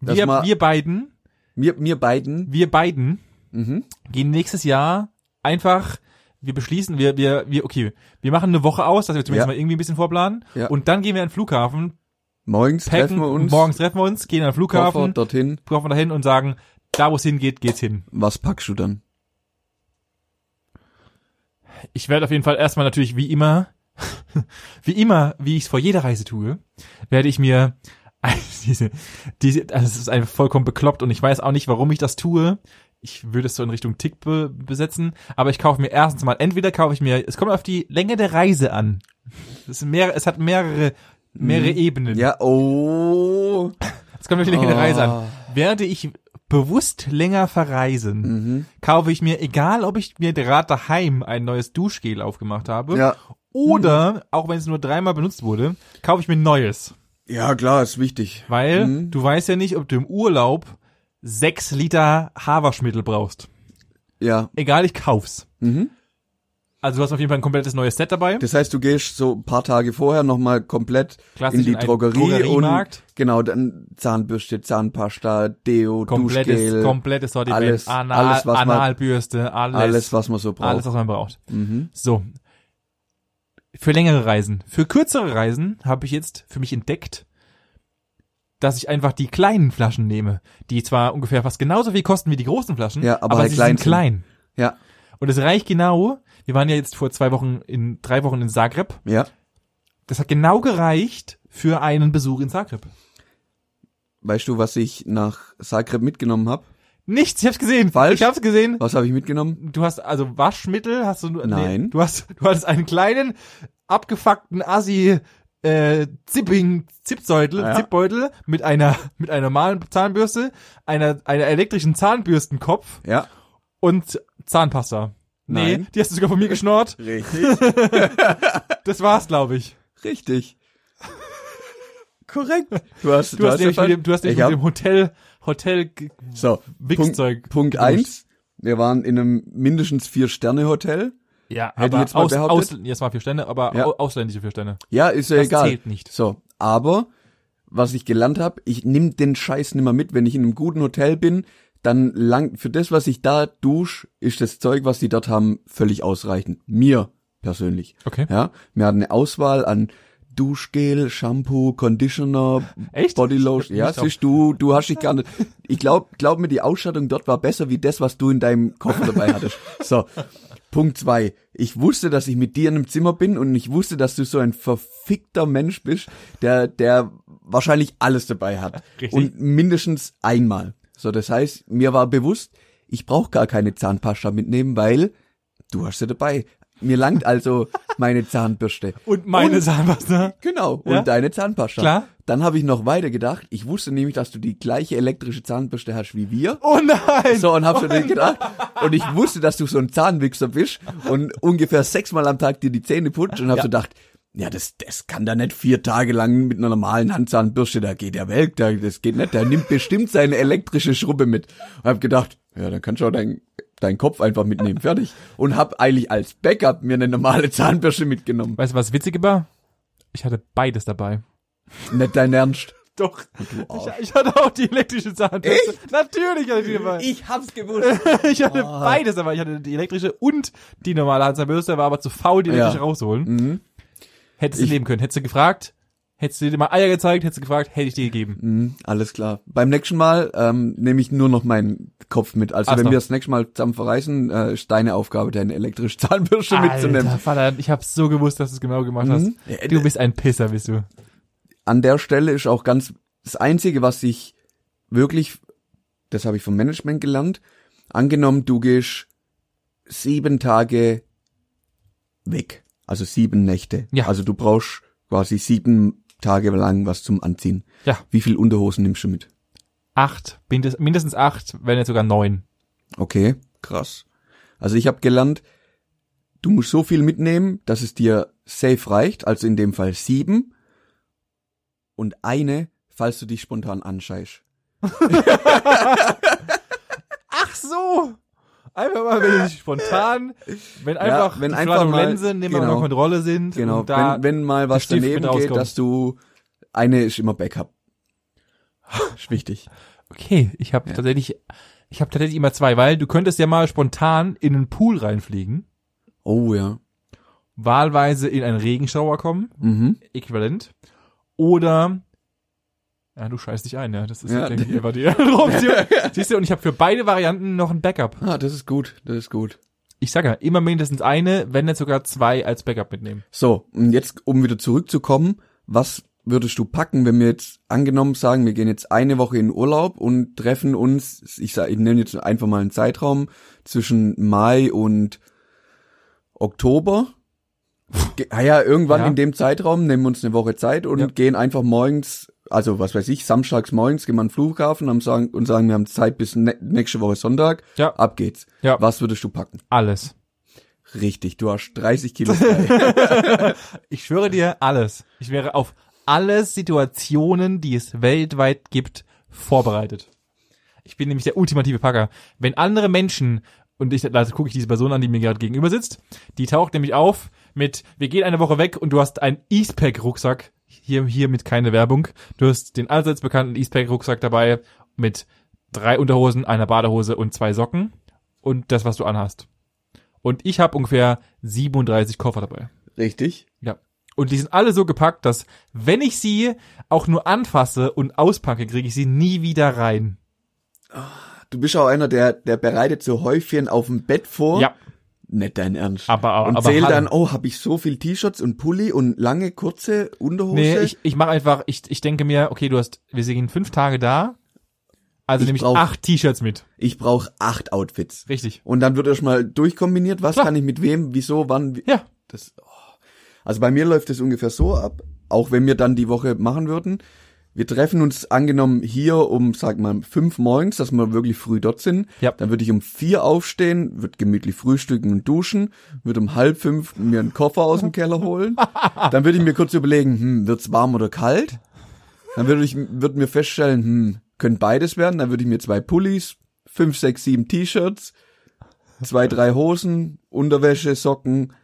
S1: Lass
S3: Wir,
S1: mal-
S3: wir beiden,
S1: Mir, mir beiden.
S3: wir beiden
S1: Mhm.
S3: gehen nächstes Jahr einfach, wir beschließen, wir, wir, wir, okay, wir machen eine Woche aus, dass wir zumindest
S1: Ja.
S3: mal irgendwie ein bisschen vorplanen.
S1: Ja.
S3: Und dann gehen wir an den Flughafen,
S1: Morgens treffen
S3: packen,
S1: wir uns.
S3: morgens treffen wir uns, gehen an den
S1: Koffer
S3: Flughafen,
S1: dorthin.
S3: Flughafen dahin und sagen, da wo es hingeht, geht's hin.
S1: Was packst du dann?
S3: Ich werde auf jeden Fall erstmal natürlich wie immer, wie immer, wie ich es vor jeder Reise tue, werde ich mir diese, diese, also es ist einfach vollkommen bekloppt und ich weiß auch nicht, warum ich das tue. Ich würde es so in Richtung Tick be besetzen, aber ich kaufe mir erstens mal, entweder kaufe ich mir, es kommt auf die Länge der Reise an. Es, sind mehr, es hat mehrere, mehrere Ebenen.
S1: Ja, oh.
S3: Es kommt auf die Länge der
S1: Ah.
S3: Reise an. Werde ich bewusst länger verreisen,
S1: Mhm.
S3: kaufe ich mir, egal ob ich mir gerade daheim ein neues Duschgel aufgemacht habe,
S1: Ja.
S3: Äh, oder,
S1: Mhm.
S3: auch wenn es nur dreimal benutzt wurde, kaufe ich mir ein neues.
S1: Ja, klar, ist wichtig.
S3: Weil
S1: Mhm.
S3: du weißt ja nicht, ob du im Urlaub sechs Liter Haarwaschmittel brauchst.
S1: Ja.
S3: Egal, ich kauf's.
S1: Mhm.
S3: Also du hast auf jeden Fall ein komplettes neues Set dabei.
S1: Das heißt, du gehst so ein paar Tage vorher nochmal komplett
S3: Klassisch
S1: in die
S3: in einen
S1: Drogerie und
S3: Drogeriemarkt.
S1: genau, dann Zahnbürste, Zahnpasta, Deo,
S3: Komplettes,
S1: Duschgel,
S3: komplettes Sortiment.
S1: alles-
S3: Anal,
S1: alles, was man-
S3: Analbürste, alles.
S1: alles, was man so braucht.
S3: Alles, was man braucht.
S1: Mhm.
S3: So. Für längere Reisen. Für kürzere Reisen habe ich jetzt für mich entdeckt, dass ich einfach die kleinen Flaschen nehme, die zwar ungefähr fast genauso viel kosten wie die großen Flaschen,
S1: Ja, aber halt
S3: sie
S1: klein
S3: sind
S1: sind.
S3: klein.
S1: Ja,
S3: Und es reicht genau. Wir waren ja jetzt vor zwei Wochen in, drei Wochen in Zagreb.
S1: ja.
S3: Das hat genau gereicht für einen Besuch in Zagreb.
S1: Weißt du, was ich nach Zagreb mitgenommen habe?
S3: Nichts, ich hab's gesehen.
S1: Falsch.
S3: Ich hab's gesehen.
S1: Was habe ich mitgenommen?
S3: Du hast also Waschmittel, hast du
S1: Nein.
S3: du hast du hattest einen kleinen abgefuckten Assi äh, Zipping, Zipbeutel,
S1: Ja.
S3: Zipbeutel mit einer, mit einer normalen Zahnbürste, einer, einer elektrischen Zahnbürstenkopf
S1: Ja.
S3: und Zahnpasta. Nee,
S1: Nein.
S3: die hast du sogar von mir geschnorrt.
S1: Richtig.
S3: Das war's, glaube ich.
S1: Richtig. Korrekt. Du hast,
S3: Du, hast, nämlich mit dem, du hast nämlich
S1: ich
S3: mit
S1: hab,
S3: dem Hotel, Hotel,
S1: so, Punkt,
S3: Wichszeug.
S1: Punkt
S3: geduscht.
S1: eins. Wir waren in einem mindestens Vier-Sterne-Hotel.
S3: ja,
S1: ich
S3: aber
S1: jetzt mal
S3: aus, aus,
S1: behauptet.
S3: ja, es waren vier Stände, aber
S1: Ja.
S3: au- ausländische vier Stände.
S1: Ja, ist ja
S3: Das
S1: egal.
S3: zählt nicht.
S1: So, aber was ich gelernt habe, ich nehme den Scheiß nimmer mit. Wenn ich in einem guten Hotel bin, dann langt für das, was ich da dusch, ist das Zeug, was die dort haben, völlig ausreichend. Mir persönlich.
S3: Okay.
S1: Ja, wir hatten eine Auswahl an Duschgel, Shampoo, Conditioner,
S3: Echt?
S1: Bodylotion. Ja,
S3: Nicht auf-
S1: siehst du, du hast dich gar nicht. Ich glaube, glaub mir, die Ausstattung dort war besser wie das, was du in deinem Koffer dabei hattest. So. Punkt zwei. Ich wusste, dass ich mit dir in einem Zimmer bin und ich wusste, dass du so ein verfickter Mensch bist, der, der wahrscheinlich alles dabei hat.
S3: Richtig.
S1: Und mindestens einmal. So, das heißt, mir war bewusst, ich brauche gar keine Zahnpasta mitnehmen, weil du hast sie dabei. Mir langt also meine Zahnbürste.
S3: Und meine Zahnpasta.
S1: Genau,
S3: Ja?
S1: und deine Zahnpasta.
S3: Klar.
S1: Dann habe ich noch weiter gedacht. Ich wusste nämlich, dass du die gleiche elektrische Zahnbürste hast wie wir.
S3: Oh nein!
S1: So, und hab schon gedacht. Und ich wusste, dass du so ein Zahnwichser bist und ungefähr sechsmal am Tag dir die Zähne putzt und hab so gedacht, ja, das, das kann da nicht vier Tage lang mit einer normalen Handzahnbürste, da geht der Welk, da, das geht nicht, der nimmt bestimmt seine elektrische Schrubbe mit. Und hab gedacht, ja, dann kannst du auch deinen deinen Kopf einfach mitnehmen, fertig. Und hab eigentlich als Backup mir eine normale Zahnbürste mitgenommen.
S3: Weißt du, was witzig war? Ich hatte beides dabei.
S1: Nicht dein Ernst.
S3: Doch. Ich, ich hatte auch die elektrische Zahnbürste. Natürlich hatte ich die dabei. Ich,
S1: hab's gewusst.
S3: hatte beides dabei. Ich hatte die elektrische und die normale Zahnbürste, war aber zu faul, die
S1: Ja.
S3: elektrische rauszuholen.
S1: Mhm.
S3: Hättest du
S1: Ich-
S3: nehmen können. Hättest du gefragt, hättest du dir mal Eier gezeigt, hättest du gefragt, hätte ich dir gegeben.
S1: Mhm, alles klar. Beim nächsten Mal ähm, nehme ich nur noch meinen Kopf mit. Also
S3: Ach
S1: wenn
S3: so.
S1: wir das nächste Mal zusammen verreisen, äh, ist deine Aufgabe, deine elektrische Zahnbürste mitzunehmen.
S3: Alter, Vater, ich hab's so gewusst, dass du es genau gemacht
S1: Mhm.
S3: hast. Du bist ein Pisser, bist du.
S1: An der Stelle ist auch ganz das Einzige, was ich wirklich, das habe ich vom Management gelernt, angenommen, du gehst sieben Tage weg. Also sieben Nächte.
S3: Ja.
S1: Also du brauchst quasi sieben Tage lang was zum Anziehen.
S3: Ja.
S1: Wie viel Unterhosen nimmst du mit?
S3: Acht, mindest- mindestens acht, wenn jetzt sogar neun.
S1: Okay, krass. Also ich habe gelernt, du musst so viel mitnehmen, dass es dir safe reicht, also in dem Fall sieben und eine, falls du dich spontan anscheißt.
S3: Ach so. Einfach mal, wenn ich spontan, wenn einfach,
S1: wenn
S3: die
S1: einfach mal-
S3: Flatulenzen nicht mehr
S1: genau.
S3: unter Kontrolle sind.
S1: Genau,
S3: Und da,
S1: wenn, wenn mal was
S3: Stift mit
S1: daneben geht,
S3: rauskommt.
S1: dass du eine ist immer Backup. Ist wichtig.
S3: okay, ich habe tatsächlich, ich habe tatsächlich immer zwei, weil du könntest ja mal spontan in einen Pool reinfliegen,
S1: Oh ja.
S3: wahlweise in einen Regenschauer kommen,
S1: Mhm.
S3: äquivalent, oder ja, du scheißt dich ein, ja. Das ist
S1: Ja.
S3: ja, denke ich, immer die andere Option. Siehst du, und ich habe für beide Varianten noch ein Backup.
S1: Ah, das ist gut, das ist gut.
S3: Ich sage ja, immer mindestens eine, wenn nicht sogar zwei als Backup mitnehmen.
S1: So, und jetzt, um wieder zurückzukommen, was würdest du packen, wenn wir jetzt angenommen sagen, wir gehen jetzt eine Woche in Urlaub und treffen uns, ich sag, ich nenne jetzt einfach mal einen Zeitraum zwischen Mai und Oktober. Ge- Ah ja, irgendwann
S3: Ja.
S1: in dem Zeitraum nehmen wir uns eine Woche Zeit und
S3: Ja.
S1: gehen einfach morgens, also was weiß ich, samstags morgens gehen wir an den Flughafen und sagen, und sagen, wir haben Zeit bis ne nächste Woche Sonntag.
S3: Ja.
S1: Ab geht's.
S3: Ja.
S1: Was würdest du packen?
S3: Alles.
S1: Richtig, du hast 30 Kilo. frei.
S3: Ich schwöre dir, alles. Ich wäre auf alle Situationen, die es weltweit gibt, vorbereitet. Ich bin nämlich der ultimative Packer. Wenn andere Menschen, und ich, da gucke ich diese Person an, die mir gerade gegenüber sitzt, die taucht nämlich auf mit, wir gehen eine Woche weg und du hast einen Eastpack-Rucksack, hier, hiermit keine Werbung, du hast den allseits bekannten Eastpack-Rucksack dabei mit drei Unterhosen, einer Badehose und zwei Socken und das, was du anhast. Und ich habe ungefähr 37 Koffer dabei.
S1: Richtig.
S3: Ja. Und die sind alle so gepackt, dass wenn ich sie auch nur anfasse und auspacke, kriege ich sie nie wieder rein.
S1: Du bist auch einer, der, der bereitet so Häufchen auf dem Bett vor.
S3: Ja,
S1: Nicht dein Ernst.
S3: aber aber,
S1: und
S3: aber
S1: zähl
S3: hallo.
S1: dann, oh, habe ich so viel T-Shirts und Pulli und lange, kurze Unterhose?
S3: Nee, ich, ich mache einfach, ich, ich denke mir, okay, du hast, wir sind fünf Tage da, also
S1: Ich
S3: nehme ich
S1: brauch-
S3: acht T-Shirts mit.
S1: ich brauche acht Outfits.
S3: Richtig.
S1: Und dann wird erstmal durchkombiniert, was
S3: Klar.
S1: kann ich mit wem, wieso, wann. Wie,
S3: Ja.
S1: das, oh. Also bei mir läuft das ungefähr so ab. auch wenn wir dann die Woche machen würden, wir treffen uns angenommen hier um, sag mal, fünf morgens, dass wir wirklich früh dort sind.
S3: Ja.
S1: Dann würde ich um vier aufstehen, würde gemütlich frühstücken und duschen, würde um halb fünf mir einen Koffer aus dem Keller holen. Dann würde ich mir kurz überlegen, hm, wird's warm oder kalt? Dann würde ich, würde mir feststellen, hm, können beides werden. Dann würde ich mir zwei Pullis, fünf, sechs, sieben T-Shirts, zwei, drei Hosen, Unterwäsche, Socken,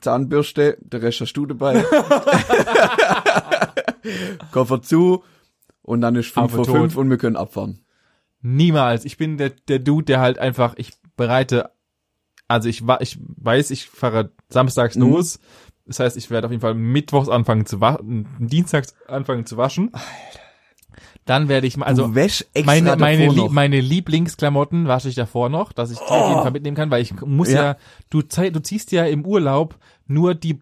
S1: Zahnbürste, der Rest hast du dabei. Koffer zu und dann ist fünf vor
S3: Aber tot.
S1: fünf und wir können abfahren.
S3: Niemals. Ich bin der, der Dude, der halt einfach, ich bereite, also ich, wa- ich weiß, ich fahre samstags
S1: Mhm.
S3: los. Das heißt, ich werde auf jeden Fall mittwochs anfangen zu waschen, dienstags anfangen zu waschen. Dann werde ich mal, also
S1: du wäsch extra
S3: meine,
S1: davor
S3: meine, Lie
S1: noch. Oh.
S3: meine Lieblingsklamotten wasche ich davor noch, dass ich die auf jeden Fall mitnehmen kann, weil ich muss ja,
S1: Ja.
S3: du, zei- du ziehst ja im Urlaub nur die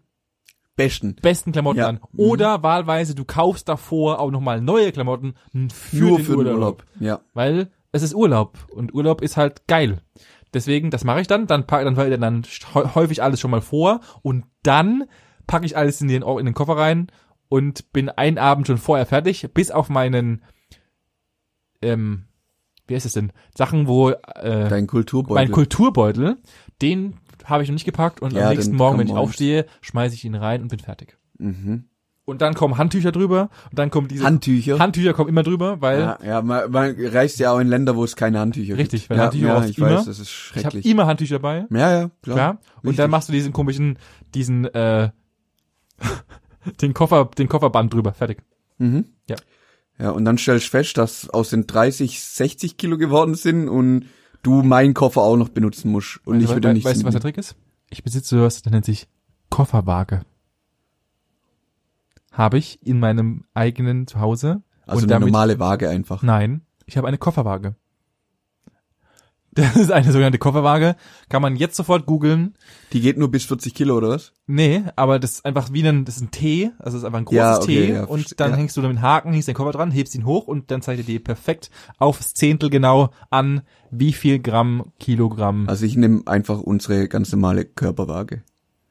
S1: besten.
S3: besten Klamotten
S1: Ja.
S3: an.
S1: Mhm.
S3: Oder wahlweise du kaufst davor auch nochmal neue Klamotten mh, für,
S1: Nur
S3: den,
S1: für
S3: Urlaub,
S1: den Urlaub. Ja.
S3: Weil es ist Urlaub und Urlaub ist halt geil. Deswegen, das mache ich dann, dann packe dann, dann, dann hä- häufig alles schon mal vor und dann packe ich alles in den, in den Koffer rein und bin einen Abend schon vorher fertig, bis auf meinen, ähm, wie heißt es denn? Sachen, wo äh,
S1: Dein Kulturbeutel.
S3: mein Kulturbeutel, den habe ich noch nicht gepackt und
S1: Ja,
S3: am nächsten
S1: den
S3: Morgen,
S1: kann
S3: wenn ich
S1: man-
S3: aufstehe, schmeiße ich ihn rein und bin fertig.
S1: mhm.
S3: Und dann kommen Handtücher drüber und dann kommen diese
S1: Handtücher.
S3: Handtücher kommen immer drüber, weil
S1: ja, ja man, man reist ja auch in Länder, wo es keine Handtücher
S3: Richtig,
S1: gibt.
S3: weil
S1: ja,
S3: Handtücher
S1: ja,
S3: brauchst
S1: ich
S3: du immer.
S1: weiß, das ist
S3: ich habe
S1: schrecklich.
S3: immer Handtücher dabei.
S1: ja, ja, klar.
S3: Ja. Und
S1: richtig.
S3: dann machst du diesen komischen, diesen, äh, den Koffer, den Kofferband drüber. Fertig.
S1: Mhm.
S3: Ja.
S1: Ja, und dann stellst du fest, dass aus den 30 60 Kilo geworden sind und du meinen Koffer auch noch benutzen musst. Und ich
S3: weißt,
S1: würde
S3: du,
S1: nicht
S3: Also, weißt du, was der Trick ist? Ich besitze was, das nennt sich Kofferwaage. Habe ich in meinem eigenen Zuhause.
S1: Also
S3: und
S1: eine
S3: damit, Hm.
S1: normale Waage einfach.
S3: Nein, ich habe eine Kofferwaage. Das ist eine sogenannte Kofferwaage. Kann man jetzt sofort googeln.
S1: Die geht nur bis 40 Kilo, oder was?
S3: Nee, aber das ist einfach wie ein, das ist ein T, also es ist einfach ein großes
S1: Ja, okay,
S3: T
S1: ja,
S3: und
S1: verste-
S3: dann
S1: ja.
S3: hängst du da mit Haken, hängst den Koffer dran, hebst ihn hoch und dann zeigt er dir perfekt aufs Zehntel genau an, wie viel Gramm, Kilogramm.
S1: Also ich nehme einfach unsere ganz normale Körperwaage,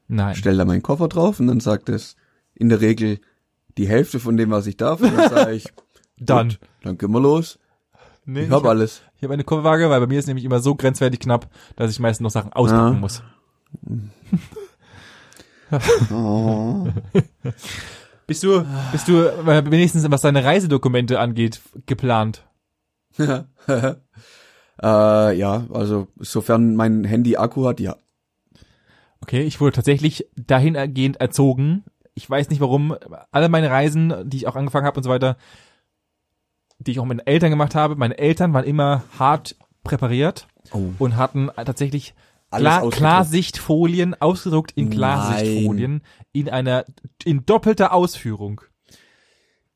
S3: Nein.
S1: stell da meinen Koffer drauf und dann sagt es in der Regel die Hälfte von dem, was ich darf. Und dann sage ich,
S3: Dann.
S1: gut, dann gehen wir los.
S3: Nee,
S1: Ich hab alles.
S3: ich hab eine Kofferwaage, weil bei mir ist nämlich immer so grenzwertig knapp, dass ich meistens noch Sachen auspacken
S1: Ja.
S3: muss.
S1: Oh.
S3: Bist du, bist du äh, wenigstens, was deine Reisedokumente angeht, geplant?
S1: äh, ja, also sofern mein Handy Akku hat, ja.
S3: Okay, ich wurde tatsächlich dahingehend erzogen. Ich weiß nicht warum. Alle meine Reisen, die ich auch angefangen habe und so weiter, die ich auch mit den Eltern gemacht habe, meine Eltern waren immer hart präpariert
S1: Oh.
S3: und hatten tatsächlich
S1: Alles
S3: Klar,
S1: ausgedruckt.
S3: Klarsichtfolien, ausgedruckt in Klarsichtfolien, in einer, in doppelter Ausführung.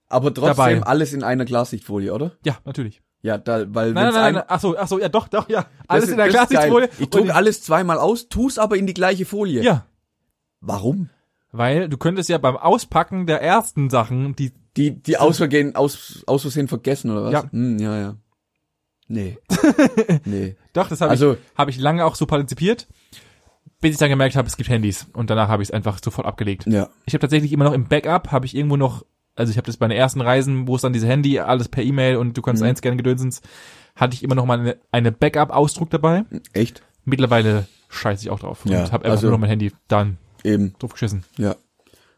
S1: Aber trotzdem
S3: Dabei.
S1: alles in einer Glassichtfolie, oder?
S3: Ja, natürlich.
S1: Ja, da, weil
S3: Nein, nein,
S1: wenn's
S3: nein,
S1: ein-
S3: nein, ach so, ach so, ja, doch, doch, ja.
S1: das
S3: Alles
S1: ist-
S3: in der
S1: das ist geil.
S3: Klarsichtfolie.
S1: Ich
S3: und
S1: druck alles zweimal aus, tu's aber in die gleiche Folie.
S3: Ja,
S1: Warum?
S3: weil du könntest ja beim Auspacken der ersten Sachen, die
S1: Die, die aus Versehen, aus, aus Versehen vergessen, oder was?
S3: Ja.
S1: Hm, ja, ja. Nee. nee.
S3: Doch, das habe
S1: Also-
S3: ich, hab ich lange auch so partizipiert, bis ich dann gemerkt habe, es gibt Handys. Und danach habe ich es einfach sofort abgelegt.
S1: Ja.
S3: Ich habe tatsächlich immer noch im Backup, habe ich irgendwo noch, also ich habe das bei den ersten Reisen, wo es dann diese Handy, alles per E-Mail und du kannst
S1: Mhm.
S3: einscannen, gedönsens, hatte ich immer noch mal eine, eine Backup-Ausdruck dabei.
S1: Echt?
S3: Mittlerweile scheiße ich auch drauf
S1: Ja,
S3: und habe einfach
S1: also-
S3: nur noch mein Handy dann
S1: Eben,
S3: drauf geschissen.
S1: ja.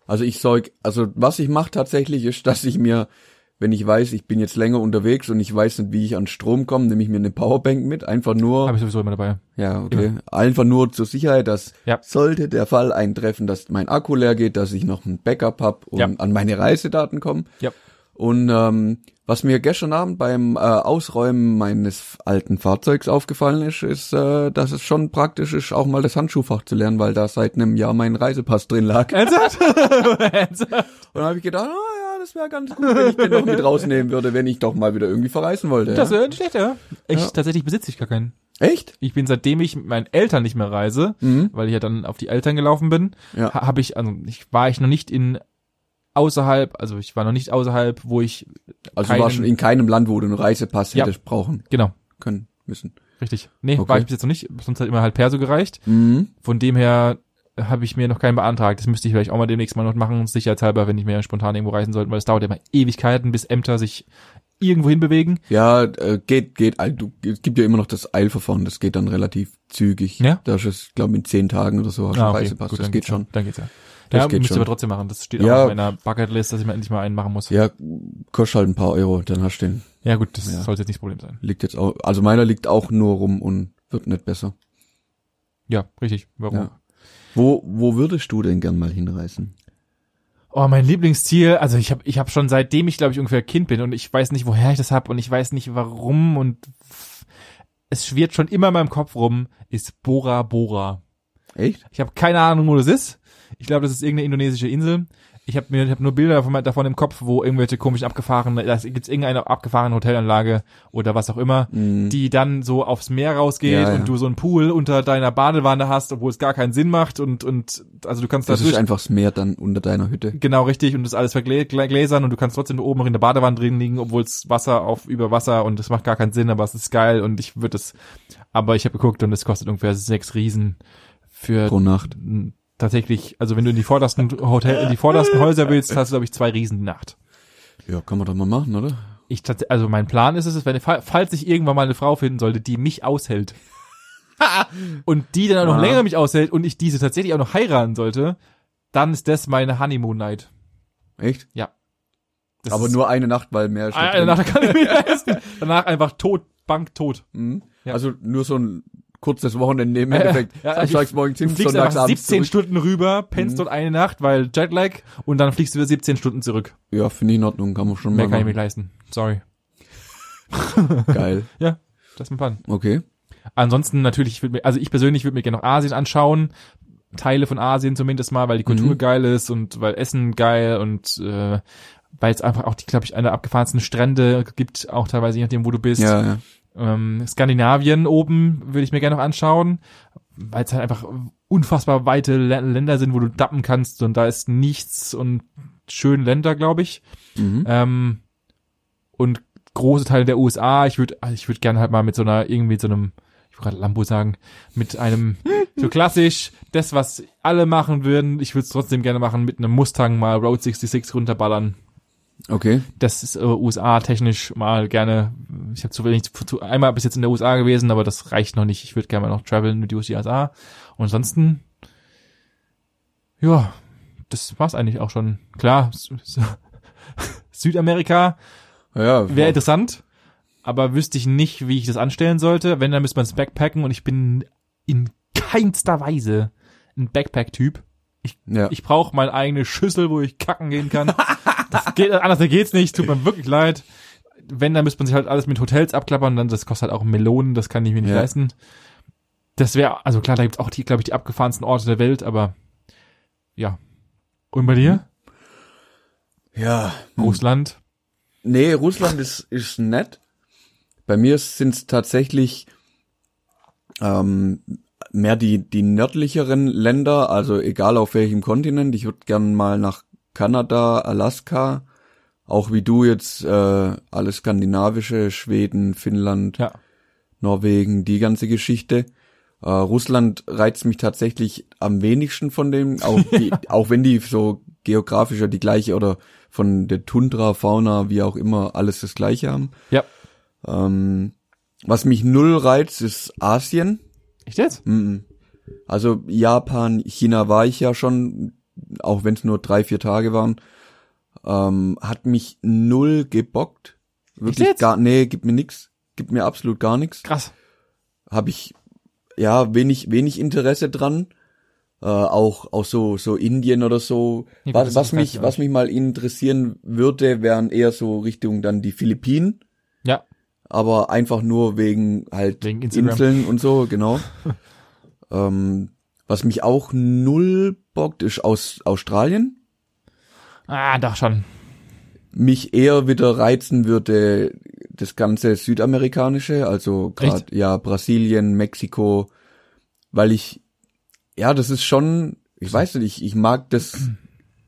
S1: Also ich säug, also was ich mache tatsächlich ist, dass ich mir, wenn ich weiß, ich bin jetzt länger unterwegs und ich weiß nicht, wie ich an Strom komme, nehme ich mir eine Powerbank mit, einfach nur,
S3: Habe ich sowieso immer dabei.
S1: ja, okay, Genau. einfach nur zur Sicherheit, dass
S3: Ja.
S1: sollte der Fall eintreffen, dass mein Akku leer geht, dass ich noch ein Backup hab und
S3: Ja.
S1: an meine Reisedaten komme.
S3: Ja.
S1: Und ähm, was mir gestern Abend beim äh, Ausräumen meines alten Fahrzeugs aufgefallen ist, ist, äh, dass es schon praktisch ist, auch mal das Handschuhfach zu lernen, weil da seit einem Jahr mein Reisepass drin lag.
S3: Ernsthaft? Ernsthaft?
S1: Und dann habe ich gedacht, oh ja, das wäre ganz gut, wenn ich den noch mit rausnehmen würde, wenn ich doch mal wieder irgendwie verreisen wollte.
S3: Das
S1: ja.
S3: ist nicht schlecht, ja. Ich,
S1: Ja.
S3: Tatsächlich besitze ich gar keinen.
S1: Echt?
S3: Ich bin seitdem ich mit meinen Eltern nicht mehr reise,
S1: Mhm.
S3: weil ich ja dann auf die Eltern gelaufen bin,
S1: Ja.
S3: ha- habe ich also ich war ich noch nicht in außerhalb, also ich war noch nicht außerhalb, wo ich
S1: Also war
S3: keinen-
S1: schon in keinem Land, wo du einen Reisepass
S3: Ja.
S1: hättest brauchen
S3: genau,
S1: können müssen.
S3: richtig. Nee,
S1: Okay.
S3: war ich bis jetzt noch nicht, sonst hat immer halt Perso gereicht.
S1: Mhm.
S3: Von dem her äh, habe ich mir noch keinen beantragt. Das müsste ich vielleicht auch mal demnächst mal noch machen, sicherheitshalber, wenn ich mir spontan irgendwo reisen sollte, weil es dauert ja immer Ewigkeiten, bis Ämter sich irgendwo hinbewegen.
S1: Ja, äh, geht, geht. Also, du- Es gibt ja immer noch das Eilverfahren, das geht dann relativ zügig.
S3: Ja? Ah,
S1: Da ist es, glaube in zehn Tagen oder so hast du einen Reisepass.
S3: gut,
S1: das
S3: dann
S1: geht
S3: geht's ja.
S1: schon.
S3: Dann geht's ja.
S1: Das
S3: ja,
S1: geht
S3: müsst ihr
S1: schon.
S3: aber trotzdem machen. Das steht
S1: Ja.
S3: auch auf meiner Bucketlist, dass ich mir endlich mal einen machen muss. Ja,
S1: Ja, kostet halt ein paar Euro, dann hast du den.
S3: gut, das
S1: Ja.
S3: sollte jetzt nicht das Problem sein.
S1: Liegt jetzt auch, also meiner liegt auch nur rum und wird nicht besser.
S3: Ja, richtig. Warum?
S1: Ja. Wo, wo würdest du denn gern mal hinreisen?
S3: Oh, mein Lieblingsziel, also ich habe ich hab schon seitdem ich glaube ich ungefähr Kind bin und ich weiß nicht, woher ich das habe und ich weiß nicht warum und f- es schwirrt schon immer in meinem Kopf rum, ist Bora Bora.
S1: Echt?
S3: Ich habe keine Ahnung, wo das ist. Ich glaube, das ist irgendeine indonesische Insel. Ich habe mir ich hab nur Bilder davon, davon im Kopf, wo irgendwelche komischen abgefahrenen, da gibt's irgendeine abgefahrene Hotelanlage oder was auch immer,
S1: Mhm.
S3: die dann so aufs Meer rausgeht
S1: Ja, ja.
S3: und du so einen Pool unter deiner Badewanne hast, obwohl es gar keinen Sinn macht und und also du kannst
S1: Das
S3: da durch
S1: ist einfach das Meer dann unter deiner Hütte.
S3: Genau, richtig. Und das ist alles vergläsern und du kannst trotzdem oben noch in der Badewanne drin liegen, obwohl es Wasser auf über Wasser und das macht gar keinen Sinn, aber es ist geil und ich würde es. Aber ich habe geguckt und es kostet ungefähr sechs Riesen für
S1: Pro Nacht.
S3: n- tatsächlich, also wenn du in die vordersten Hotel, in die vordersten Häuser willst, hast du, glaube ich, zwei Riesen die Nacht.
S1: Ja, kann man doch mal machen, oder?
S3: Ich tats- also mein Plan ist es, wenn fa- falls ich irgendwann mal eine Frau finden sollte, die mich aushält. und die dann auch noch
S1: Ja.
S3: länger mich aushält und ich diese tatsächlich auch noch heiraten sollte, dann ist das meine Honeymoon Night.
S1: Echt?
S3: Das
S1: Aber
S3: ist-
S1: nur eine Nacht, weil mehr ist da
S3: Ah,
S1: drin.
S3: danach kann ich mich leisten. Danach einfach tot, Bank tot.
S1: Mhm.
S3: Ja.
S1: Also nur so ein kurzes Wochenende im Endeffekt.
S3: ja, ja,
S1: Samstags morgens
S3: Du
S1: hin,
S3: fliegst
S1: sonntags
S3: einfach
S1: abends
S3: 17
S1: zurück.
S3: Stunden rüber, pennst
S1: Mhm.
S3: dort eine Nacht, weil Jetlag, und dann fliegst du wieder 17 Stunden zurück.
S1: Ja, finde ich in Ordnung, kann man schon
S3: Mehr
S1: mal
S3: kann ich mir
S1: machen.
S3: leisten. Sorry.
S1: Geil.
S3: Das ist mein Plan.
S1: Okay.
S3: Ansonsten natürlich, ich würd mir, also ich persönlich würde mir gerne noch Asien anschauen. Teile von Asien zumindest mal, weil die Kultur
S1: Mhm.
S3: geil ist und weil Essen geil und äh, weil es einfach auch die, glaube ich, eine der abgefahrensten Strände gibt, auch teilweise je nachdem, wo du bist.
S1: Ja, ja.
S3: Ähm, Skandinavien oben würde ich mir gerne noch anschauen, weil es halt einfach unfassbar weite Lä- Länder sind, wo du dappen kannst und da ist nichts und schöne Länder, glaube ich.
S1: Mhm.
S3: Ähm, und große Teile der USA. Ich würde, ich würde gerne halt mal mit so einer, irgendwie so einem, ich wollte gerade Lambo sagen, mit einem, so klassisch, das, was alle machen würden. Ich würde es trotzdem gerne machen, mit einem Mustang mal Road 66 runterballern
S1: Okay.
S3: das ist äh, USA technisch mal gerne. Ich habe zu wenig zu, einmal bis jetzt in der USA gewesen, aber das reicht noch nicht. Ich würde gerne mal noch traveln mit die USA. Und ansonsten, ja, das war's eigentlich auch schon. Klar, S- S- Südamerika
S1: Ja,
S3: wäre interessant, aber wüsste ich nicht, wie ich das anstellen sollte. Wenn, dann müsste man es backpacken und ich bin in keinster Weise ein Backpack-Typ.
S1: ja.
S3: Ich brauche meine eigene Schüssel, wo ich kacken gehen kann. Das geht, anders geht's nicht, tut mir wirklich leid. Wenn, dann müsste man sich halt alles mit Hotels abklappern, dann das kostet halt auch Melonen, das kann ich mir nicht
S1: Ja.
S3: leisten. Das wäre, also klar, da gibt's auch die, glaube ich, die abgefahrensten Orte der Welt, aber ja. Und bei dir?
S1: ja.
S3: Russland?
S1: Nee, Russland ist, ist nett. Bei mir sind es tatsächlich ähm, mehr die, die nördlicheren Länder, also egal auf welchem Kontinent. Ich würde gern mal nach Kanada, Alaska, auch wie du jetzt äh, alles skandinavische, Schweden, Finnland,
S3: Ja.
S1: Norwegen, die ganze Geschichte. Äh, Russland reizt mich tatsächlich am wenigsten von dem, auch, die, auch wenn die so geografischer die gleiche oder von der Tundra, Fauna, wie auch immer, alles das gleiche haben.
S3: Ja.
S1: Ähm, was mich null reizt, ist Asien.
S3: Echt jetzt?
S1: Mhm. Also Japan, China war ich ja schon, auch wenn es nur drei, vier Tage waren. Ähm, hat mich null gebockt. Wirklich
S3: jetzt?
S1: gar, nee, gibt mir nix. Gibt mir absolut gar nichts
S3: Krass.
S1: habe ich ja wenig wenig Interesse dran. Äh, auch auch so so Indien oder so.
S3: Nee,
S1: was
S3: das
S1: was
S3: kann ich
S1: mich
S3: auch
S1: was mich mal interessieren würde, wären eher so Richtung dann die Philippinen,
S3: Ja.
S1: aber einfach nur wegen halt
S3: Wegen Instagram.
S1: Inseln und so genau. ähm, was mich auch null bockt, ist aus Australien.
S3: Ah, doch schon.
S1: mich eher wieder reizen würde das ganze südamerikanische, also gerade ja Brasilien, Mexiko, weil ich ja, das ist schon, ich weiß nicht, ich, ich mag das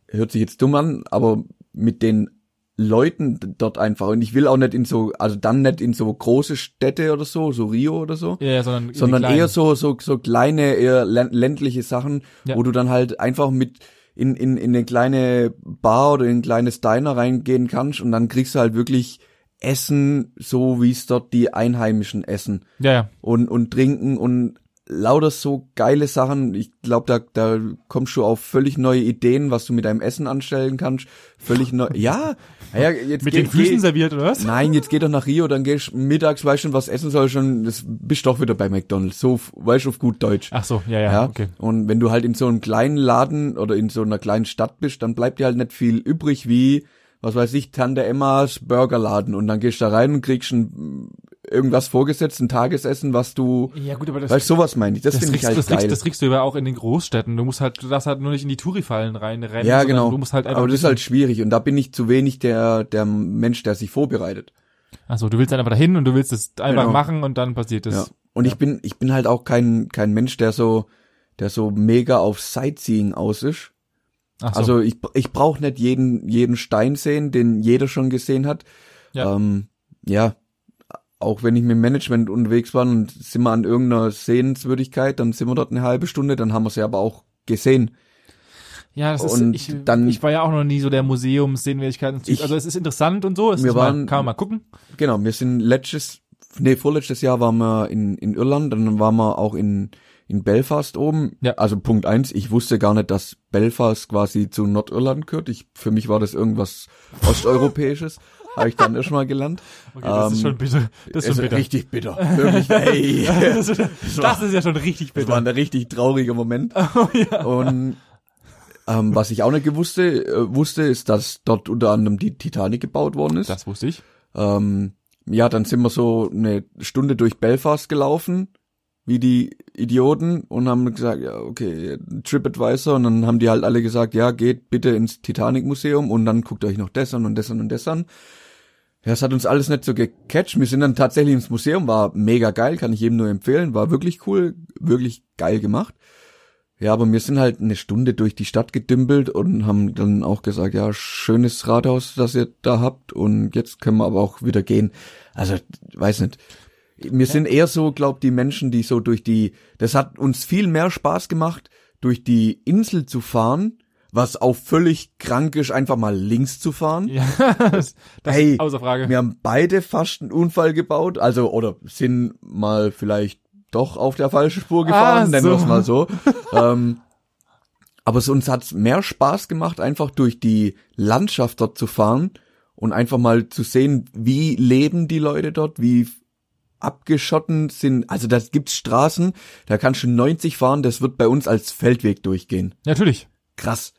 S1: hört sich jetzt dumm an, aber mit den Leuten dort einfach. Und ich will auch nicht in so, also dann nicht in so große Städte oder so, so Rio oder so,
S3: Ja, ja, sondern, die
S1: sondern
S3: kleinen.
S1: eher so, so, so kleine, eher län- ländliche Sachen,
S3: Ja.
S1: wo du dann halt einfach mit in, in, in eine kleine Bar oder in ein kleines Diner reingehen kannst und dann kriegst du halt wirklich Essen, so wie es dort die Einheimischen essen
S3: Ja, ja.
S1: und, und trinken und lauter so geile Sachen. Ich glaube, da, da kommst du auf völlig neue Ideen, was du mit deinem Essen anstellen kannst. Völlig neu. Ja, ja jetzt
S3: Mit
S1: geh-
S3: den Füßen
S1: geh-
S3: serviert, oder was?
S1: Nein, jetzt geh doch nach Rio, dann gehst mittags, weißt du, was essen soll schon, das bist doch wieder bei McDonalds. So, f- weißt du, auf gut Deutsch.
S3: Ach so, ja, ja,
S1: Ja,
S3: okay.
S1: und wenn du halt in so einem kleinen Laden oder in so einer kleinen Stadt bist, dann bleibt dir halt nicht viel übrig wie, was weiß ich, Tante Emmas Burgerladen und dann gehst du da rein und kriegst ein, irgendwas vorgesetzt, ein Tagesessen, was du,
S3: Ja, gut, aber das,
S1: weißt du, sowas meine ich, das,
S3: das,
S1: finde ich
S3: kriegst,
S1: halt
S3: das,
S1: geil.
S3: kriegst, das kriegst du aber auch in den Großstädten. Du musst halt, du darfst halt nur nicht in die Touri-Fallen reinrennen.
S1: ja,
S3: sondern
S1: genau.
S3: Du musst halt einfach,
S1: Aber das ist halt schwierig und da bin ich zu wenig der, der Mensch, der sich vorbereitet.
S3: also du willst dann einfach dahin und du willst es einfach
S1: halt- Genau.
S3: machen und dann passiert es.
S1: Ja. Und ich bin, ich bin halt auch kein, kein Mensch, der so, der so mega auf Sightseeing aus ist.
S3: Ach so.
S1: Also ich, ich brauche nicht jeden, jeden Stein sehen, den jeder schon gesehen hat.
S3: Ja.
S1: Ja. Ähm, ja, auch wenn ich mit dem Management unterwegs war und sind wir an irgendeiner Sehenswürdigkeit, dann sind wir dort eine halbe Stunde, dann haben wir sie aber auch gesehen.
S3: Ja, das ist,
S1: Und
S3: ich,
S1: dann-
S3: ich war ja auch noch nie so der Museums-Sehenswürdigkeiten-Typ.
S1: Ich-
S3: Also es ist interessant und so. Es
S1: Wir
S3: ist mal-
S1: waren-
S3: kann man mal gucken.
S1: Genau, wir sind letztes, nee, vorletztes Jahr waren wir in, in Irland, dann waren wir auch in, in Belfast oben.
S3: Ja.
S1: Also Punkt eins, ich wusste gar nicht, dass Belfast quasi zu Nordirland gehört. Ich, für mich war das irgendwas Osteuropäisches. Habe ich dann erst mal gelernt.
S3: Okay, das ist
S1: Ähm,
S3: schon bitter. Das ist schon bitter.
S1: richtig bitter. Wirklich, ey.
S3: das, das ist ja schon richtig
S1: Das war
S3: bitter. Oh,
S1: ein richtig trauriger Moment. Und ähm, was ich auch nicht gewusste, äh, wusste, ist, dass dort unter anderem die Titanic gebaut worden ist.
S3: Das wusste ich.
S1: Ähm, ja, dann sind wir so eine Stunde durch Belfast gelaufen, wie die Idioten, und haben gesagt, ja, okay, TripAdvisor, und dann haben die halt alle gesagt, ja, geht bitte ins Titanic-Museum und dann guckt euch noch das an und das an und das an. Ja, es hat uns alles nicht so gecatcht. Wir sind dann tatsächlich ins Museum, war mega geil, kann ich jedem nur empfehlen, war wirklich cool, wirklich geil gemacht. Ja, aber wir sind halt eine Stunde durch die Stadt gedümpelt und haben dann auch gesagt, ja, schönes Rathaus, das ihr da habt und jetzt können wir aber auch wieder gehen. Also, weiß nicht. Wir sind eher so, glaub, die Menschen, die so durch die, das hat uns viel mehr Spaß gemacht, durch die Insel zu fahren, was auch völlig krank ist, einfach mal links zu fahren.
S3: Ja, das, das
S1: Hey,
S3: ist außer Frage.
S1: Wir haben beide fast einen Unfall gebaut, also oder sind mal vielleicht doch auf der falschen Spur gefahren,
S3: Ah,
S1: nennen
S3: so.
S1: wir es mal so. ähm, aber es uns hat's mehr Spaß gemacht, einfach durch die Landschaft dort zu fahren und einfach mal zu sehen, wie leben die Leute dort, wie abgeschotten sind. Also da gibt's Straßen, da kannst du 90 fahren, das wird bei uns als Feldweg durchgehen.
S3: Natürlich.
S1: Krass.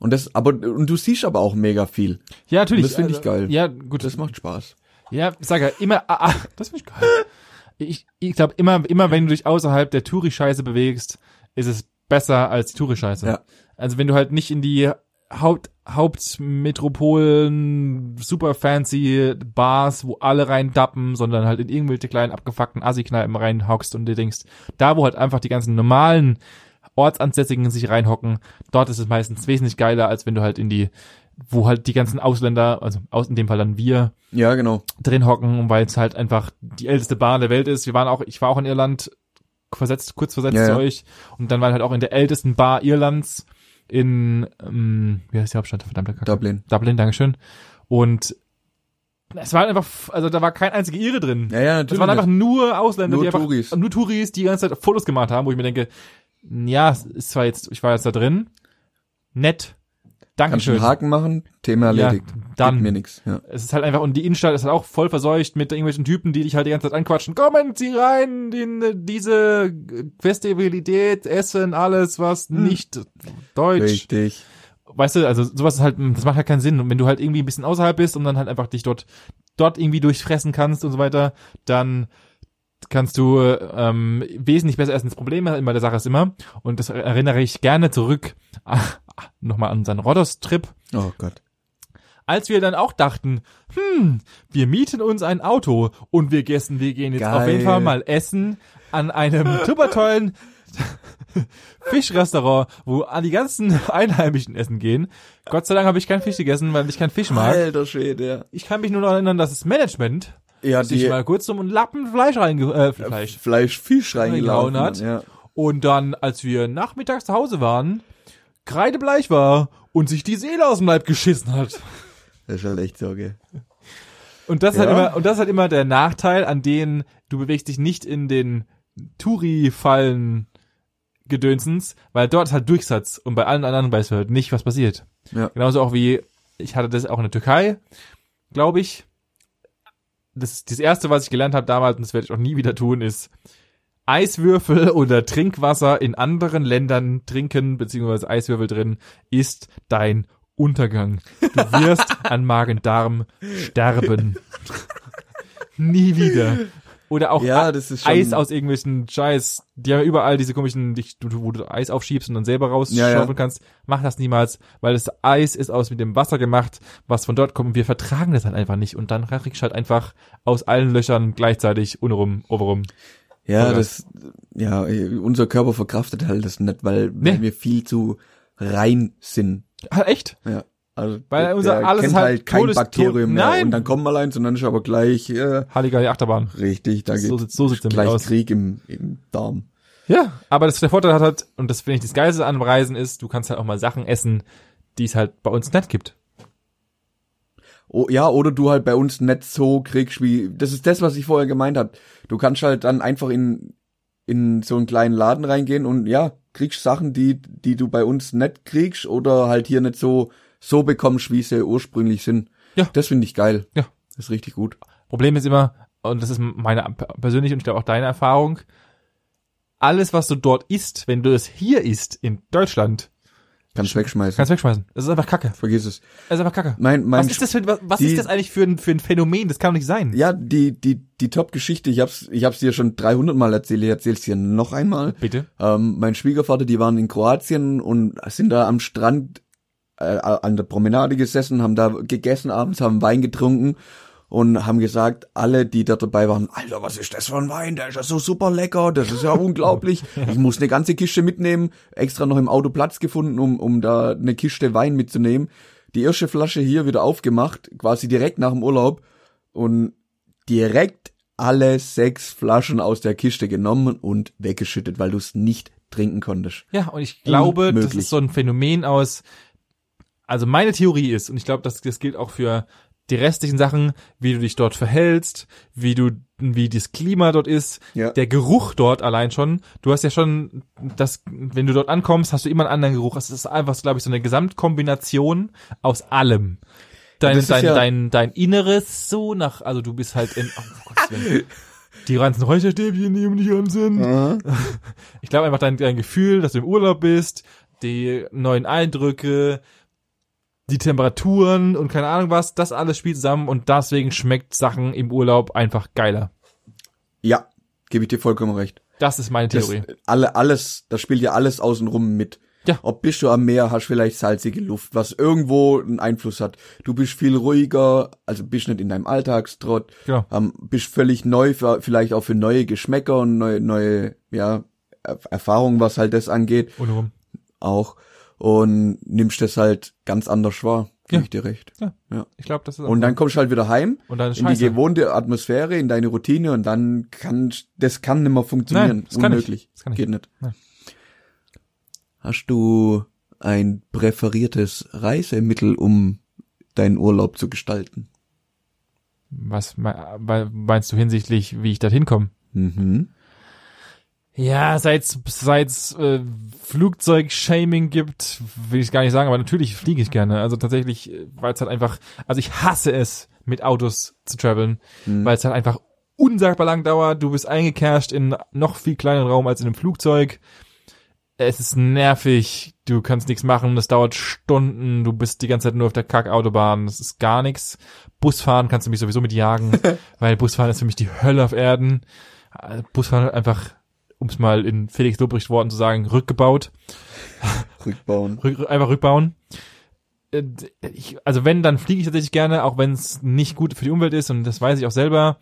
S1: Und das, aber und du siehst aber auch mega viel.
S3: Ja, natürlich. Also,
S1: Das finde ich geil.
S3: Ja, gut.
S1: Das macht Spaß.
S3: Ja, ich sag ja, immer, ah, ah, das finde ich geil. Ich, ich glaube, immer, immer wenn du dich außerhalb der Touri-Scheiße bewegst, ist es besser als die Touri-Scheiße.
S1: Ja.
S3: Also wenn du halt nicht in die Haupt, Hauptmetropolen, super fancy Bars, wo alle reindappen, sondern halt in irgendwelche kleinen abgefuckten Assi-Kneipen reinhockst und dir denkst, da wo halt einfach die ganzen normalen Ortsansässigen sich reinhocken, dort ist es meistens wesentlich geiler, als wenn du halt in die, wo halt die ganzen Ausländer, also aus in dem Fall dann wir,
S1: Ja, genau.
S3: drin hocken, weil es halt einfach die älteste Bar der Welt ist. Wir waren auch, ich war auch in Irland versetzt, kurz versetzt
S1: Ja,
S3: zu
S1: ja.
S3: euch und dann waren wir halt auch in der ältesten Bar Irlands in, ähm, wie heißt die Hauptstadt? Verdammte Kacke.
S1: Dublin.
S3: Dublin, Dankeschön. Und es war halt einfach, f- also da war kein einziger Ire drin.
S1: Ja, ja, natürlich.
S3: Es waren einfach nur Ausländer,
S1: Nur
S3: die einfach,
S1: Touris.
S3: nur Touris, die die ganze Zeit Fotos gemacht haben, wo ich mir denke, ja, es ist zwar jetzt, ich war jetzt da drin, nett,
S1: Kannst du
S3: Dankeschön.
S1: einen Haken machen, Thema erledigt.
S3: dann.
S1: Gibt mir nix. Ja.
S3: Es ist halt einfach, und die Innenstadt ist halt auch voll verseucht mit irgendwelchen Typen, die dich halt die ganze Zeit anquatschen. Kommen Sie rein, in äh, diese äh, Festibilität, Essen, alles, was nicht deutsch.
S1: Richtig.
S3: Weißt du, also sowas ist halt, das macht halt keinen Sinn. Und wenn du halt irgendwie ein bisschen außerhalb bist und dann halt einfach dich dort, dort irgendwie durchfressen kannst und so weiter, dann kannst du ähm, wesentlich besser essen. Das Problem bei der Sache ist immer, und das erinnere ich gerne zurück, nochmal an unseren Rhodos-Trip,
S1: Oh Gott.
S3: als wir dann auch dachten, hm, wir mieten uns ein Auto und wir gehen, wir gehen jetzt
S1: Geil.
S3: auf jeden Fall mal essen an einem super tollen Fischrestaurant, wo an die ganzen Einheimischen essen gehen. Gott sei Dank habe ich keinen Fisch gegessen, weil ich keinen Fisch mag.
S1: Alter Schwede, ja.
S3: Ich kann mich nur noch erinnern, dass das Management
S1: Ja,
S3: sich mal kurz um einen Lappen Fleisch reinge äh, Fleisch
S1: Fleisch Fisch reingelaufen
S3: reingehauen hat.
S1: hat. Ja.
S3: Und dann, als wir nachmittags zu Hause waren, kreidebleich war und sich die Seele aus dem Leib geschissen hat.
S1: Das ist halt echt Sorge.
S3: Und das ist halt
S1: Ja.
S3: immer, und das ist halt immer der Nachteil, an denen du bewegst dich nicht in den Touri-Fallen Gedönsens, weil dort ist halt Durchsatz und bei allen anderen weißt du halt nicht, was passiert.
S1: Ja.
S3: Genauso auch wie, ich hatte das auch in der Türkei, glaube ich. Das, das erste, was ich gelernt habe damals, und das werde ich auch nie wieder tun, ist Eiswürfel oder Trinkwasser in anderen Ländern trinken, beziehungsweise Eiswürfel drin, ist dein Untergang. Du wirst an Magen-Darm sterben. nie wieder. Oder auch
S1: Ja, das ist schon.
S3: Eis aus irgendwelchen Scheiß. Die haben überall diese komischen, die, du- wo du Eis aufschiebst und dann selber rausschaufeln
S1: Ja, ja.
S3: kannst. Mach das niemals, weil das Eis ist aus mit dem Wasser gemacht, was von dort kommt. Und wir vertragen das halt einfach nicht. Und dann kriegst du halt einfach aus allen Löchern gleichzeitig unrum, overum.
S1: ja,
S3: oder?
S1: das, ja, unser Körper verkraftet halt das nicht, weil, weil
S3: Nee.
S1: wir viel zu rein sind.
S3: Ah, echt?
S1: Ja. Also,
S3: Weil
S1: der-
S3: unser-
S1: der
S3: alles
S1: kennt
S3: halt
S1: halt kein
S3: Todes-
S1: Bakterium mehr.
S3: Nein!
S1: Und dann kommen wir allein, sondern ist aber gleich, äh,
S3: Halliger die Achterbahn.
S1: richtig, da
S3: So
S1: geht
S3: sieht so sieht's nämlich
S1: gleich
S3: aus.
S1: Krieg im, im Darm.
S3: Ja, aber das, der Vorteil hat halt, und das finde ich das Geilste an Reisen ist, du kannst halt auch mal Sachen essen, die es halt bei uns nicht gibt.
S1: Oh, ja, oder du halt bei uns nicht so kriegst wie, das ist das, was ich vorher gemeint habe. Du kannst halt dann einfach in, in so einen kleinen Laden reingehen und ja, kriegst Sachen, die, die du bei uns nicht kriegst oder halt hier nicht so, so bekommst, wie sie ursprünglich sind.
S3: Ja.
S1: Das finde ich geil.
S3: Ja.
S1: Das ist richtig gut.
S3: Problem ist immer, und das ist meine persönliche und ich glaube auch deine Erfahrung, alles, was du dort isst, wenn du es hier isst, in Deutschland,
S1: Kannst wegschmeißen.
S3: kannst du wegschmeißen. Das ist einfach Kacke.
S1: Vergiss es.
S3: Das ist einfach Kacke.
S1: Mein, mein
S3: Was ist das für, was- was
S1: die-
S3: ist das eigentlich für ein, für ein Phänomen? Das kann doch nicht sein.
S1: Ja, die, die, die Top-Geschichte, ich hab's, ich hab's dir schon 300 Mal erzählt, ich erzähl's dir noch einmal.
S3: Bitte?
S1: Ähm, mein Schwiegervater, die waren in Kroatien und sind da am Strand äh, an der Promenade gesessen, haben da gegessen abends, haben Wein getrunken und haben gesagt, alle, die da dabei waren, Alter, was ist das für ein Wein? Der ist ja so super lecker, das ist ja unglaublich. Ich muss eine ganze Kiste mitnehmen, extra noch im Auto Platz gefunden, um, um da eine Kiste Wein mitzunehmen. Die erste Flasche hier wieder aufgemacht, quasi direkt nach dem Urlaub und direkt alle sechs Flaschen aus der Kiste genommen und weggeschüttet, weil du es nicht trinken konntest.
S3: Ja, und ich glaube, das
S1: Unmöglich.
S3: ist so ein Phänomen aus, also meine Theorie ist, und ich glaube, das, das gilt auch für die restlichen Sachen, wie du dich dort verhältst, wie du, wie das Klima dort ist,
S1: Ja.
S3: der Geruch dort allein schon. Du hast ja schon das, wenn du dort ankommst, hast du immer einen anderen Geruch. Es ist einfach, glaube ich, so eine Gesamtkombination aus allem. Dein,
S1: Das ist
S3: dein,
S1: ja-
S3: dein, dein Inneres so nach, also du bist halt in, oh Gott, die ganzen Räucherstäbchen, die um dich herum sind. Ich glaube einfach dein, dein Gefühl, dass du im Urlaub bist, die neuen Eindrücke, die Temperaturen und keine Ahnung was, das alles spielt zusammen und deswegen schmeckt Sachen im Urlaub einfach geiler.
S1: Ja, gebe ich dir vollkommen recht.
S3: Das ist meine
S1: Das,
S3: Theorie.
S1: alle, alles, das spielt ja alles außenrum mit.
S3: Ja.
S1: Ob bist du am Meer, hast vielleicht salzige Luft, was irgendwo einen Einfluss hat. Du bist viel ruhiger, also bist nicht in deinem Alltagstrott,
S3: Genau.
S1: ähm, bist völlig neu, für, vielleicht auch für neue Geschmäcker und neue, neue ja, Er- Erfahrungen, was halt das angeht,
S3: Und rum.
S1: auch. Und nimmst das halt ganz anders wahr, gebe
S3: Ja.
S1: ich dir recht.
S3: Ich glaube, das ist
S1: Und dann kommst du halt wieder heim,
S3: und dann
S1: in die
S3: Scheiße.
S1: gewohnte Atmosphäre, in deine Routine und dann kann das kann nimmer funktionieren.
S3: Nein, das kann nicht.
S1: Unmöglich.
S3: Das kann nicht.
S1: Geht nicht.
S3: Nein.
S1: Hast du ein präferiertes Reisemittel, um deinen Urlaub zu gestalten?
S3: Was me- we- meinst du hinsichtlich, wie ich da hinkomme?
S1: Mhm.
S3: Ja, seit's seit's äh, Flugzeug-Shaming gibt, will ich gar nicht sagen, aber natürlich fliege ich gerne. Also tatsächlich, äh, weil's halt einfach, also ich hasse es, mit Autos zu traveln, weil's
S1: Mhm.
S3: halt einfach unsagbar lang dauert. Du bist eingekercht in noch viel kleineren Raum als in einem Flugzeug. Es ist nervig, du kannst nichts machen, das dauert Stunden, du bist die ganze Zeit nur auf der Kackautobahn, das ist gar nichts. Busfahren kannst du mich sowieso mit jagen, weil Busfahren ist für mich die Hölle auf Erden. Äh, Busfahren hat einfach um es mal in Felix Lobrecht Worten zu sagen, rückgebaut,
S1: Rückbauen.
S3: rück, einfach rückbauen. Äh, d- Ich, also wenn, dann fliege ich tatsächlich gerne, auch wenn es nicht gut für die Umwelt ist und das weiß ich auch selber.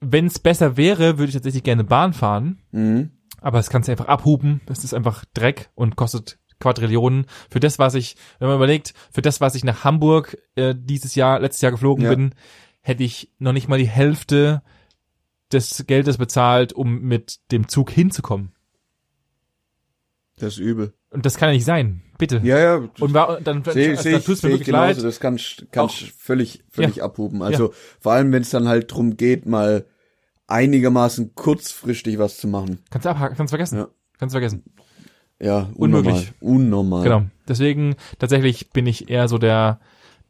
S3: Wenn es besser wäre, würde ich tatsächlich gerne Bahn fahren,
S1: Mhm.
S3: aber das kannst du einfach abhuben. Das ist einfach Dreck und kostet Quadrillionen. Für das, was ich, wenn man überlegt, für das, was ich nach Hamburg äh, dieses Jahr, letztes Jahr geflogen
S1: Ja.
S3: bin, hätte ich noch nicht mal die Hälfte des Geldes bezahlt, um mit dem Zug hinzukommen.
S1: Das ist übel.
S3: Und das kann ja nicht sein. Bitte.
S1: Ja, ja.
S3: Und war, dann, dann,
S1: Sehe
S3: also,
S1: seh
S3: dann
S1: ich,
S3: tut's mir
S1: seh ich
S3: wirklich
S1: genauso,
S3: leid.
S1: das kannst kannst völlig, völlig abhuben. Also
S3: Ja.
S1: vor allem, wenn es dann halt drum geht, mal einigermaßen kurzfristig was zu machen.
S3: Kannst du abhaken, kannst du vergessen.
S1: Ja.
S3: Kannst du vergessen.
S1: Ja, unnormal.
S3: Unmöglich.
S1: Unnormal.
S3: Genau. Deswegen, tatsächlich bin ich eher so der,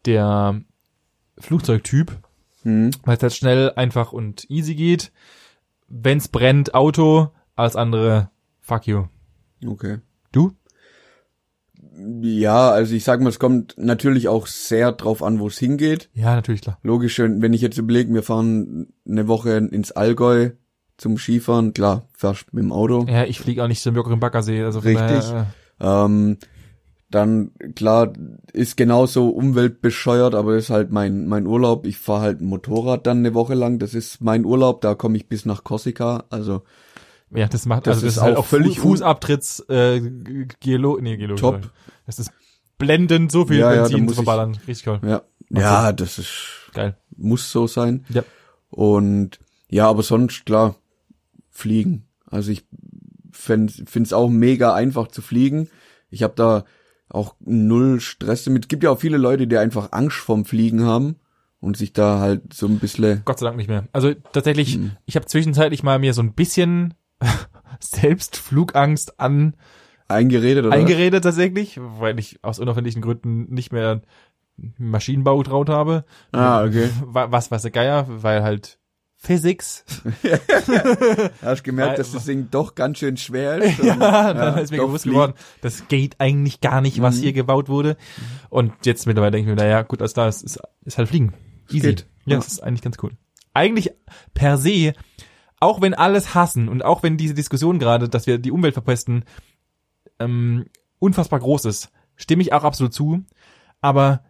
S3: der Flugzeugtyp,
S1: Hm.
S3: weil es halt schnell, einfach und easy geht. Wenn's brennt, Auto, alles andere, fuck you.
S1: Okay.
S3: Du?
S1: Ja, also ich sag mal, es kommt natürlich auch sehr drauf an, wo es hingeht.
S3: Ja, natürlich, klar.
S1: Logisch, wenn wenn ich jetzt überlege, wir fahren eine Woche ins Allgäu zum Skifahren, klar, fährst mit dem Auto.
S3: Ja, ich fliege auch nicht zum Jockeren Baggersee, also von
S1: Richtig.
S3: daher,
S1: Ähm, dann, klar, ist genauso umweltbescheuert, aber ist halt mein, mein Urlaub. Ich fahre halt ein Motorrad dann eine Woche lang. Das ist mein Urlaub, da komme ich bis nach Korsika. Also
S3: äh, ja, das macht,
S1: Das
S3: also das
S1: ist
S3: ist halt
S1: auch
S3: auch
S1: völlig
S3: völlig
S1: un-
S3: Fußabtritts, äh, G- Gelo, nee, Gelo.
S1: Top.
S3: sorry. Das ist blendend, so viel
S1: Ja, ja,
S3: Benzin
S1: da
S3: zu
S1: muss ich-
S3: verballern. Richtig cool.
S1: ja. Ja, das ist
S3: Geil.
S1: muss so sein.
S3: Ja.
S1: Und ja, aber sonst, klar, fliegen. Also ich finde es auch mega einfach zu fliegen. Ich habe da auch null Stress damit. Es gibt ja auch viele Leute, die einfach Angst vorm Fliegen haben und sich da halt so ein bisschen.
S3: Gott sei Dank nicht mehr. Also tatsächlich, ich habe zwischenzeitlich mal mir so ein bisschen selbst Flugangst an
S1: Eingeredet, oder?
S3: eingeredet tatsächlich, weil ich aus unerfindlichen Gründen nicht mehr Maschinenbau getraut habe.
S1: Ah, okay.
S3: Wa- Was weiß der Geier, weil halt Physics.
S1: Hast gemerkt, dass das Ding doch ganz schön schwer ist. Und,
S3: ja, Mhm. dann ist mir
S1: doch
S3: bewusst
S1: fliegen.
S3: geworden, das geht eigentlich gar nicht, was hier gebaut wurde. Und jetzt mittlerweile denke ich mir, naja, gut, alles da ist, ist, ist halt fliegen. Easy.
S1: geht.
S3: Ja,
S1: Ja.
S3: das ist eigentlich ganz cool. Eigentlich per se, auch wenn alles hassen und auch wenn diese Diskussion gerade, dass wir die Umwelt verpesten, ähm, unfassbar groß ist, stimme ich auch absolut zu. Aber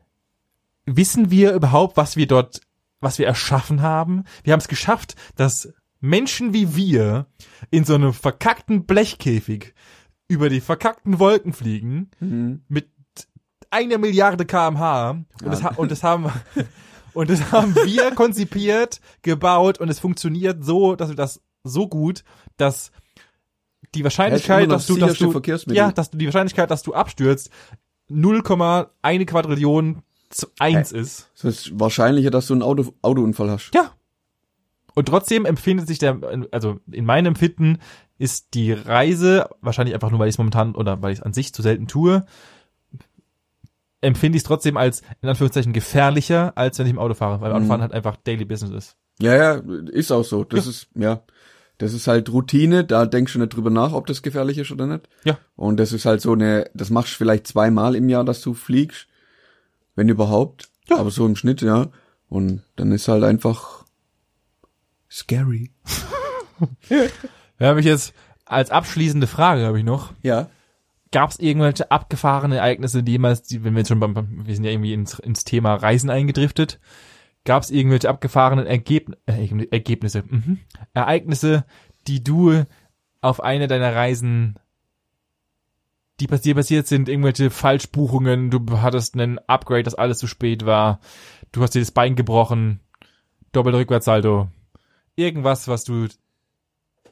S3: wissen wir überhaupt, was wir dort, was wir erschaffen haben? Wir haben es geschafft, dass Menschen wie wir in so einem verkackten Blechkäfig über die verkackten Wolken fliegen
S1: Mhm.
S3: mit einer Milliarde kmh und, das, ha- und das haben und das haben wir konzipiert, gebaut und es funktioniert so, dass wir das so gut, dass
S1: Ja,
S3: die
S1: ist
S3: Wahrscheinlichkeit,
S1: immer noch
S3: dass du, dass
S1: sicherste
S3: du,
S1: Verkehrsmittel.
S3: ja, dass du die Wahrscheinlichkeit, dass du abstürzt, 0,1 Quadrillion zu 1 ist.
S1: Es ist wahrscheinlicher, dass du einen Auto, Autounfall hast.
S3: Ja. Und trotzdem empfindet sich der, also in meinem Empfinden ist die Reise, wahrscheinlich einfach nur, weil ich es momentan oder weil ich es an sich zu selten tue, empfinde ich es trotzdem als, in Anführungszeichen, gefährlicher, als wenn ich im Auto fahre, weil Autofahren halt einfach Daily Business ist.
S1: Ja, ja, ist auch so. Das ist, ja. Das ist halt Routine, da denkst du nicht drüber nach, ob das gefährlich ist oder nicht.
S3: Ja.
S1: Und das ist halt so eine, das machst du vielleicht zweimal im Jahr, dass du fliegst. Wenn überhaupt.
S3: Ja.
S1: Aber so im Schnitt, ja. Und dann ist halt einfach scary.
S3: Da habe ich jetzt als abschließende Frage habe ich noch.
S1: Ja.
S3: Gab es irgendwelche abgefahrenen Ereignisse, die jemals, die, wenn wir jetzt schon beim, beim- wir sind ja irgendwie ins, ins Thema Reisen eingedriftet, gab es irgendwelche abgefahrenen Ergeb äh, Ergeb- Ergebnisse, mhm. Ereignisse, die du auf einer deiner Reisen, die passiert, passiert sind, irgendwelche Falschbuchungen, du hattest einen Upgrade, das alles zu spät war, du hast dir das Bein gebrochen, doppelte Rückwärtssalto, irgendwas, was du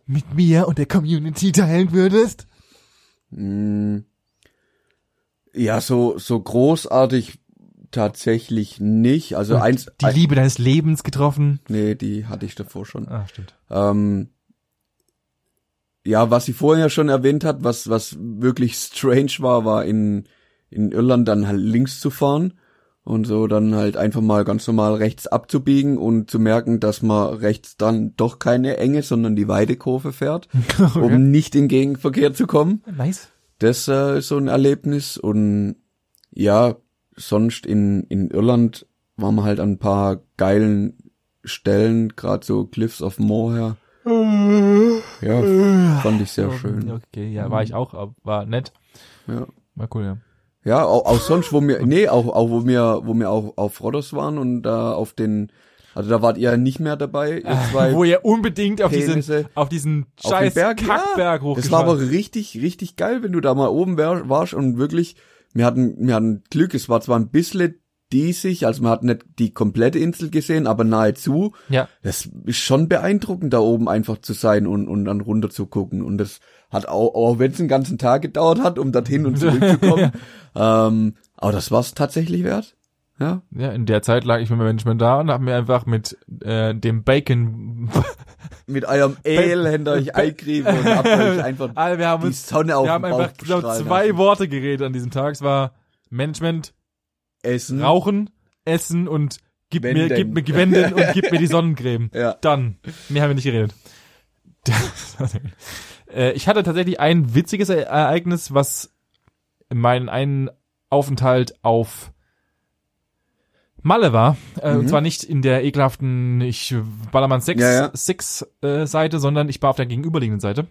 S3: mit mir und der Community teilen würdest?
S1: Mm. Ja, so, so großartig tatsächlich nicht. Also
S3: Und
S1: eins,
S3: die
S1: ein,
S3: Liebe deines Lebens getroffen.
S1: nee, die hatte ich davor schon.
S3: Ah, stimmt.
S1: Ähm, ja, was sie vorher schon erwähnt hat, was, was wirklich strange war, war in, in Irland dann halt links zu fahren und so dann halt einfach mal ganz normal rechts abzubiegen und zu merken, dass man rechts dann doch keine enge, sondern die Weidekurve fährt, um nicht in Gegenverkehr zu kommen.
S3: Nice.
S1: Das äh, ist so ein Erlebnis und ja, sonst in, in Irland waren wir halt an ein paar geilen Stellen, gerade so Cliffs of Moher. Ja, fand ich sehr schön.
S3: Okay, ja, war ich auch, aber war nett.
S1: Ja,
S3: War cool, ja.
S1: ja auch, auch sonst, wo wir, nee, auch, auch wo wir, wo wir auch auf Rodos waren und da auf den Also da wart ihr nicht mehr dabei, ihr zwei.
S3: Ah, wo ihr unbedingt auf diesen,
S1: Penisse
S3: auf diesen
S1: auf den
S3: scheiß
S1: Berg,
S3: Kackberg
S1: ja. Das war
S3: hochgefahren.
S1: aber richtig, richtig geil, wenn du da mal oben wär, warst und wirklich, wir hatten, wir hatten Glück, es war zwar ein bisschen diesig, also man hat nicht die komplette Insel gesehen, aber nahezu.
S3: ja.
S1: Das ist schon beeindruckend, da oben einfach zu sein und, und dann runter zu gucken. Und das hat auch, auch wenn es einen ganzen Tag gedauert hat, um dorthin und zurückzukommen. ähm, aber das war's tatsächlich wert. Ja.
S3: ja, in der Zeit lag ich mit meinem Management da und hab mir einfach mit äh, dem Bacon
S1: Mit eurem Elend euch eingrieben und habt euch einfach
S3: Alter, wir haben
S1: die
S3: uns
S1: Sonne auf
S3: wir haben
S1: den Bauch
S3: einfach glaub,
S1: bestrahlen
S3: zwei
S1: lassen.
S3: Worte geredet an diesem Tag. Es war Management,
S1: Essen.
S3: Rauchen, Essen und gib mir,
S1: Hm. Wenden.
S3: gib mir Gewände und gib mir die Sonnencreme.
S1: Ja.
S3: Dann. Mehr haben wir nicht geredet. Äh, ich hatte tatsächlich ein witziges E- Ereignis, was meinen einen Aufenthalt auf Malle war. Äh, Und
S1: Mhm.
S3: zwar nicht in der ekelhaften ich Ballermann 6,
S1: Ja, ja.
S3: 6 äh, Seite, sondern ich war auf der gegenüberliegenden Seite.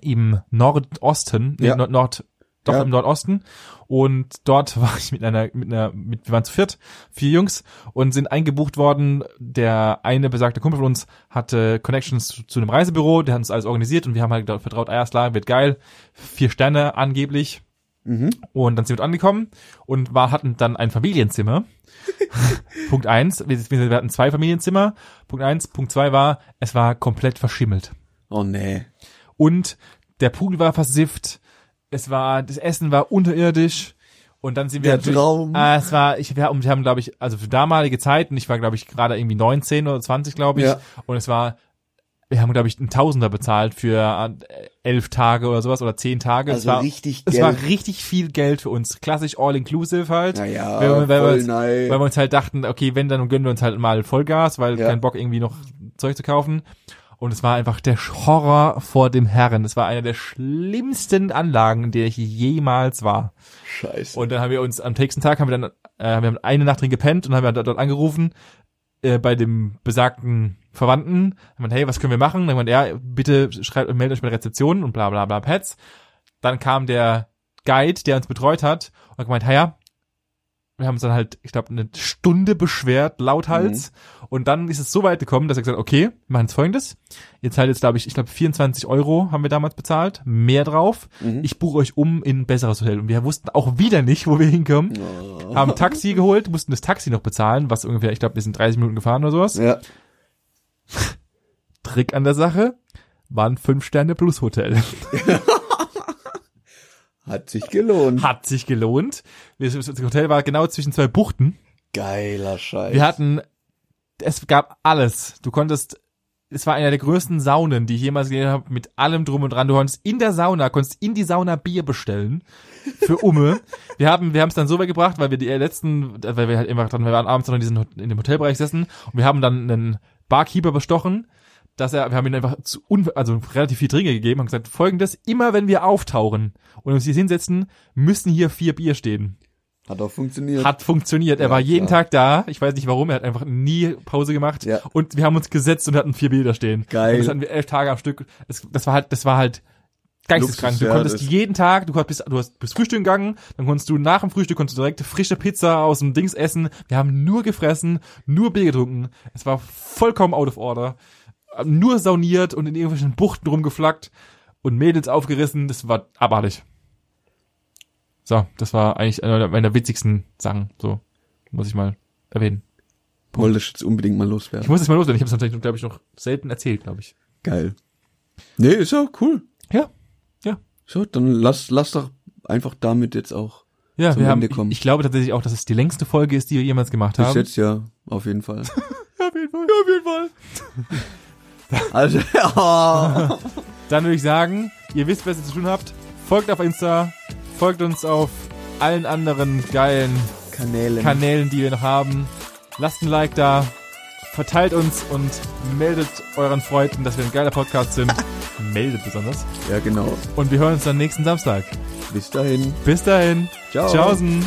S3: Im Nordosten, nee,
S1: Ja.
S3: Nord, Nord, doch
S1: Ja.
S3: im Nordosten. Und dort war ich mit einer, mit einer, mit, wir waren zu viert, vier Jungs und sind eingebucht worden. Der eine besagte Kumpel von uns hatte Connections zu, zu einem Reisebüro, der hat uns alles organisiert und wir haben halt dort vertraut, ah ja, ist klar, wird geil. Vier Sterne angeblich.
S1: Mhm.
S3: Und dann sind wir dort angekommen und war, hatten dann ein Familienzimmer. Punkt eins, wir, wir hatten zwei Familienzimmer. Punkt eins, Punkt zwei war, es war komplett verschimmelt.
S1: Oh nee.
S3: Und der Pool war versifft. Es war, das Essen war unterirdisch. Und dann sind wir
S1: Der
S3: natürlich-
S1: Traum.
S3: Ah, es war, ich, wir, haben- wir haben, glaube ich, also für damalige Zeiten, ich war, glaube ich, gerade irgendwie 19 oder 20, glaube ich.
S1: Ja.
S3: Und es war, wir haben, glaube ich, einen Tausender bezahlt für äh, elf Tage oder sowas oder zehn Tage. es
S1: Also
S3: war,
S1: richtig
S3: genau. es
S1: Geld.
S3: war richtig viel Geld für uns. Klassisch all-inclusive halt.
S1: Naja,
S3: weil, wir- weil, wir
S1: voll
S3: uns,
S1: nein.
S3: weil wir uns halt dachten, okay, wenn, dann gönnen wir uns halt mal Vollgas, weil
S1: Ja.
S3: kein Bock irgendwie noch Zeug zu kaufen. Und es war einfach der Horror vor dem Herren. Es war eine der schlimmsten Anlagen, in der ich jemals war.
S1: Scheiße.
S3: Und dann haben wir uns am nächsten Tag haben wir dann äh, wir haben eine Nacht drin gepennt und haben dann dort angerufen äh, bei dem besagten Verwandten. Haben wir hey, was können wir machen? Dann haben wir ja, bitte schreibt meldet euch bei der Rezeption und bla bla bla Pets. Dann kam der Guide, der uns betreut hat und hat gemeint, "Ha, ja, wir haben uns dann halt, ich glaube, eine Stunde beschwert, lauthals. Und dann ist es so weit gekommen, dass er gesagt hat, okay, wir machen jetzt folgendes. Ihr zahlt jetzt, glaube ich, ich glaube, 24 Euro haben wir damals bezahlt, mehr drauf. Ich buche euch um in ein besseres Hotel. Und wir wussten auch wieder nicht, wo wir hinkommen.
S1: Oh.
S3: Haben Taxi geholt, mussten das Taxi noch bezahlen, was ungefähr, ich glaube, wir sind 30 Minuten gefahren oder sowas.
S1: Ja.
S3: Trick an der Sache, war ein 5-Sterne-Plus-Hotel.
S1: Hat sich gelohnt.
S3: Hat sich gelohnt. Wir- Das Hotel war genau zwischen zwei Buchten.
S1: Geiler Scheiß.
S3: Wir hatten, es gab alles. Du konntest, es war einer der größten Saunen, die ich jemals gesehen habe, mit allem drum und dran. Du konntest in der Sauna, konntest in die Sauna Bier bestellen für Umme. wir haben, wir haben es dann so weit gebracht, weil wir die letzten, weil wir halt immer dran, wir waren abends noch in, diesen, in dem Hotelbereich gesessen und wir haben dann einen Barkeeper bestochen. Dass er, wir haben ihm einfach zu un, also relativ viel Trinker gegeben und gesagt, folgendes, immer wenn wir auftauchen und uns hier hinsetzen, müssen hier vier Bier stehen.
S1: Hat auch funktioniert.
S3: Hat funktioniert. Er
S1: Ja,
S3: war jeden
S1: klar.
S3: Tag da. Ich weiß nicht warum. Er hat einfach nie Pause gemacht.
S1: Ja.
S3: Und wir haben uns gesetzt und hatten vier Bilder stehen.
S1: Geil.
S3: Und das hatten wir elf Tage am Stück. Das, das war halt, das war halt geisteskrank.
S1: Luxus,
S3: Du
S1: ja,
S3: konntest
S1: das-
S3: jeden Tag, du bist, du hast, bist Frühstück gegangen, dann konntest du nach dem Frühstück konntest du direkt frische Pizza aus dem Dings essen. Wir haben nur gefressen, nur Bier getrunken. Es war vollkommen out of order. Nur sauniert und in irgendwelchen Buchten rumgeflackt und Mädels aufgerissen. Das war abartig. So, das war eigentlich einer meiner witzigsten Sachen. So, muss ich mal erwähnen.
S1: Wollte ich jetzt unbedingt mal
S3: Ich
S1: loswerden.
S3: muss jetzt mal loswerden. Ich habe es, glaube ich, noch selten erzählt, glaube ich.
S1: Geil. Nee, ist ja cool.
S3: Ja.
S1: So, dann lass, lass doch einfach damit jetzt auch.
S3: Ja,
S1: Zum
S3: wir haben,
S1: Ende
S3: ich,
S1: kommen.
S3: ich glaube tatsächlich auch, dass es die längste Folge ist, die wir jemals gemacht
S1: Bis
S3: haben.
S1: jetzt ja, auf jeden Fall.
S3: Ja, auf jeden Fall. Ja, auf jeden Fall.
S1: Also, oh,
S3: Dann würde ich sagen, ihr wisst, was ihr zu tun habt. Folgt auf Insta, folgt uns auf allen anderen geilen
S1: Kanäle.
S3: Kanälen, die wir noch haben. Lasst ein Like da, verteilt uns und meldet euren Freunden, dass wir ein geiler Podcast sind. meldet besonders.
S1: ja, genau.
S3: Und wir hören uns dann nächsten Samstag.
S1: Bis dahin.
S3: Bis dahin.
S1: Ciao.
S3: Tschaußen.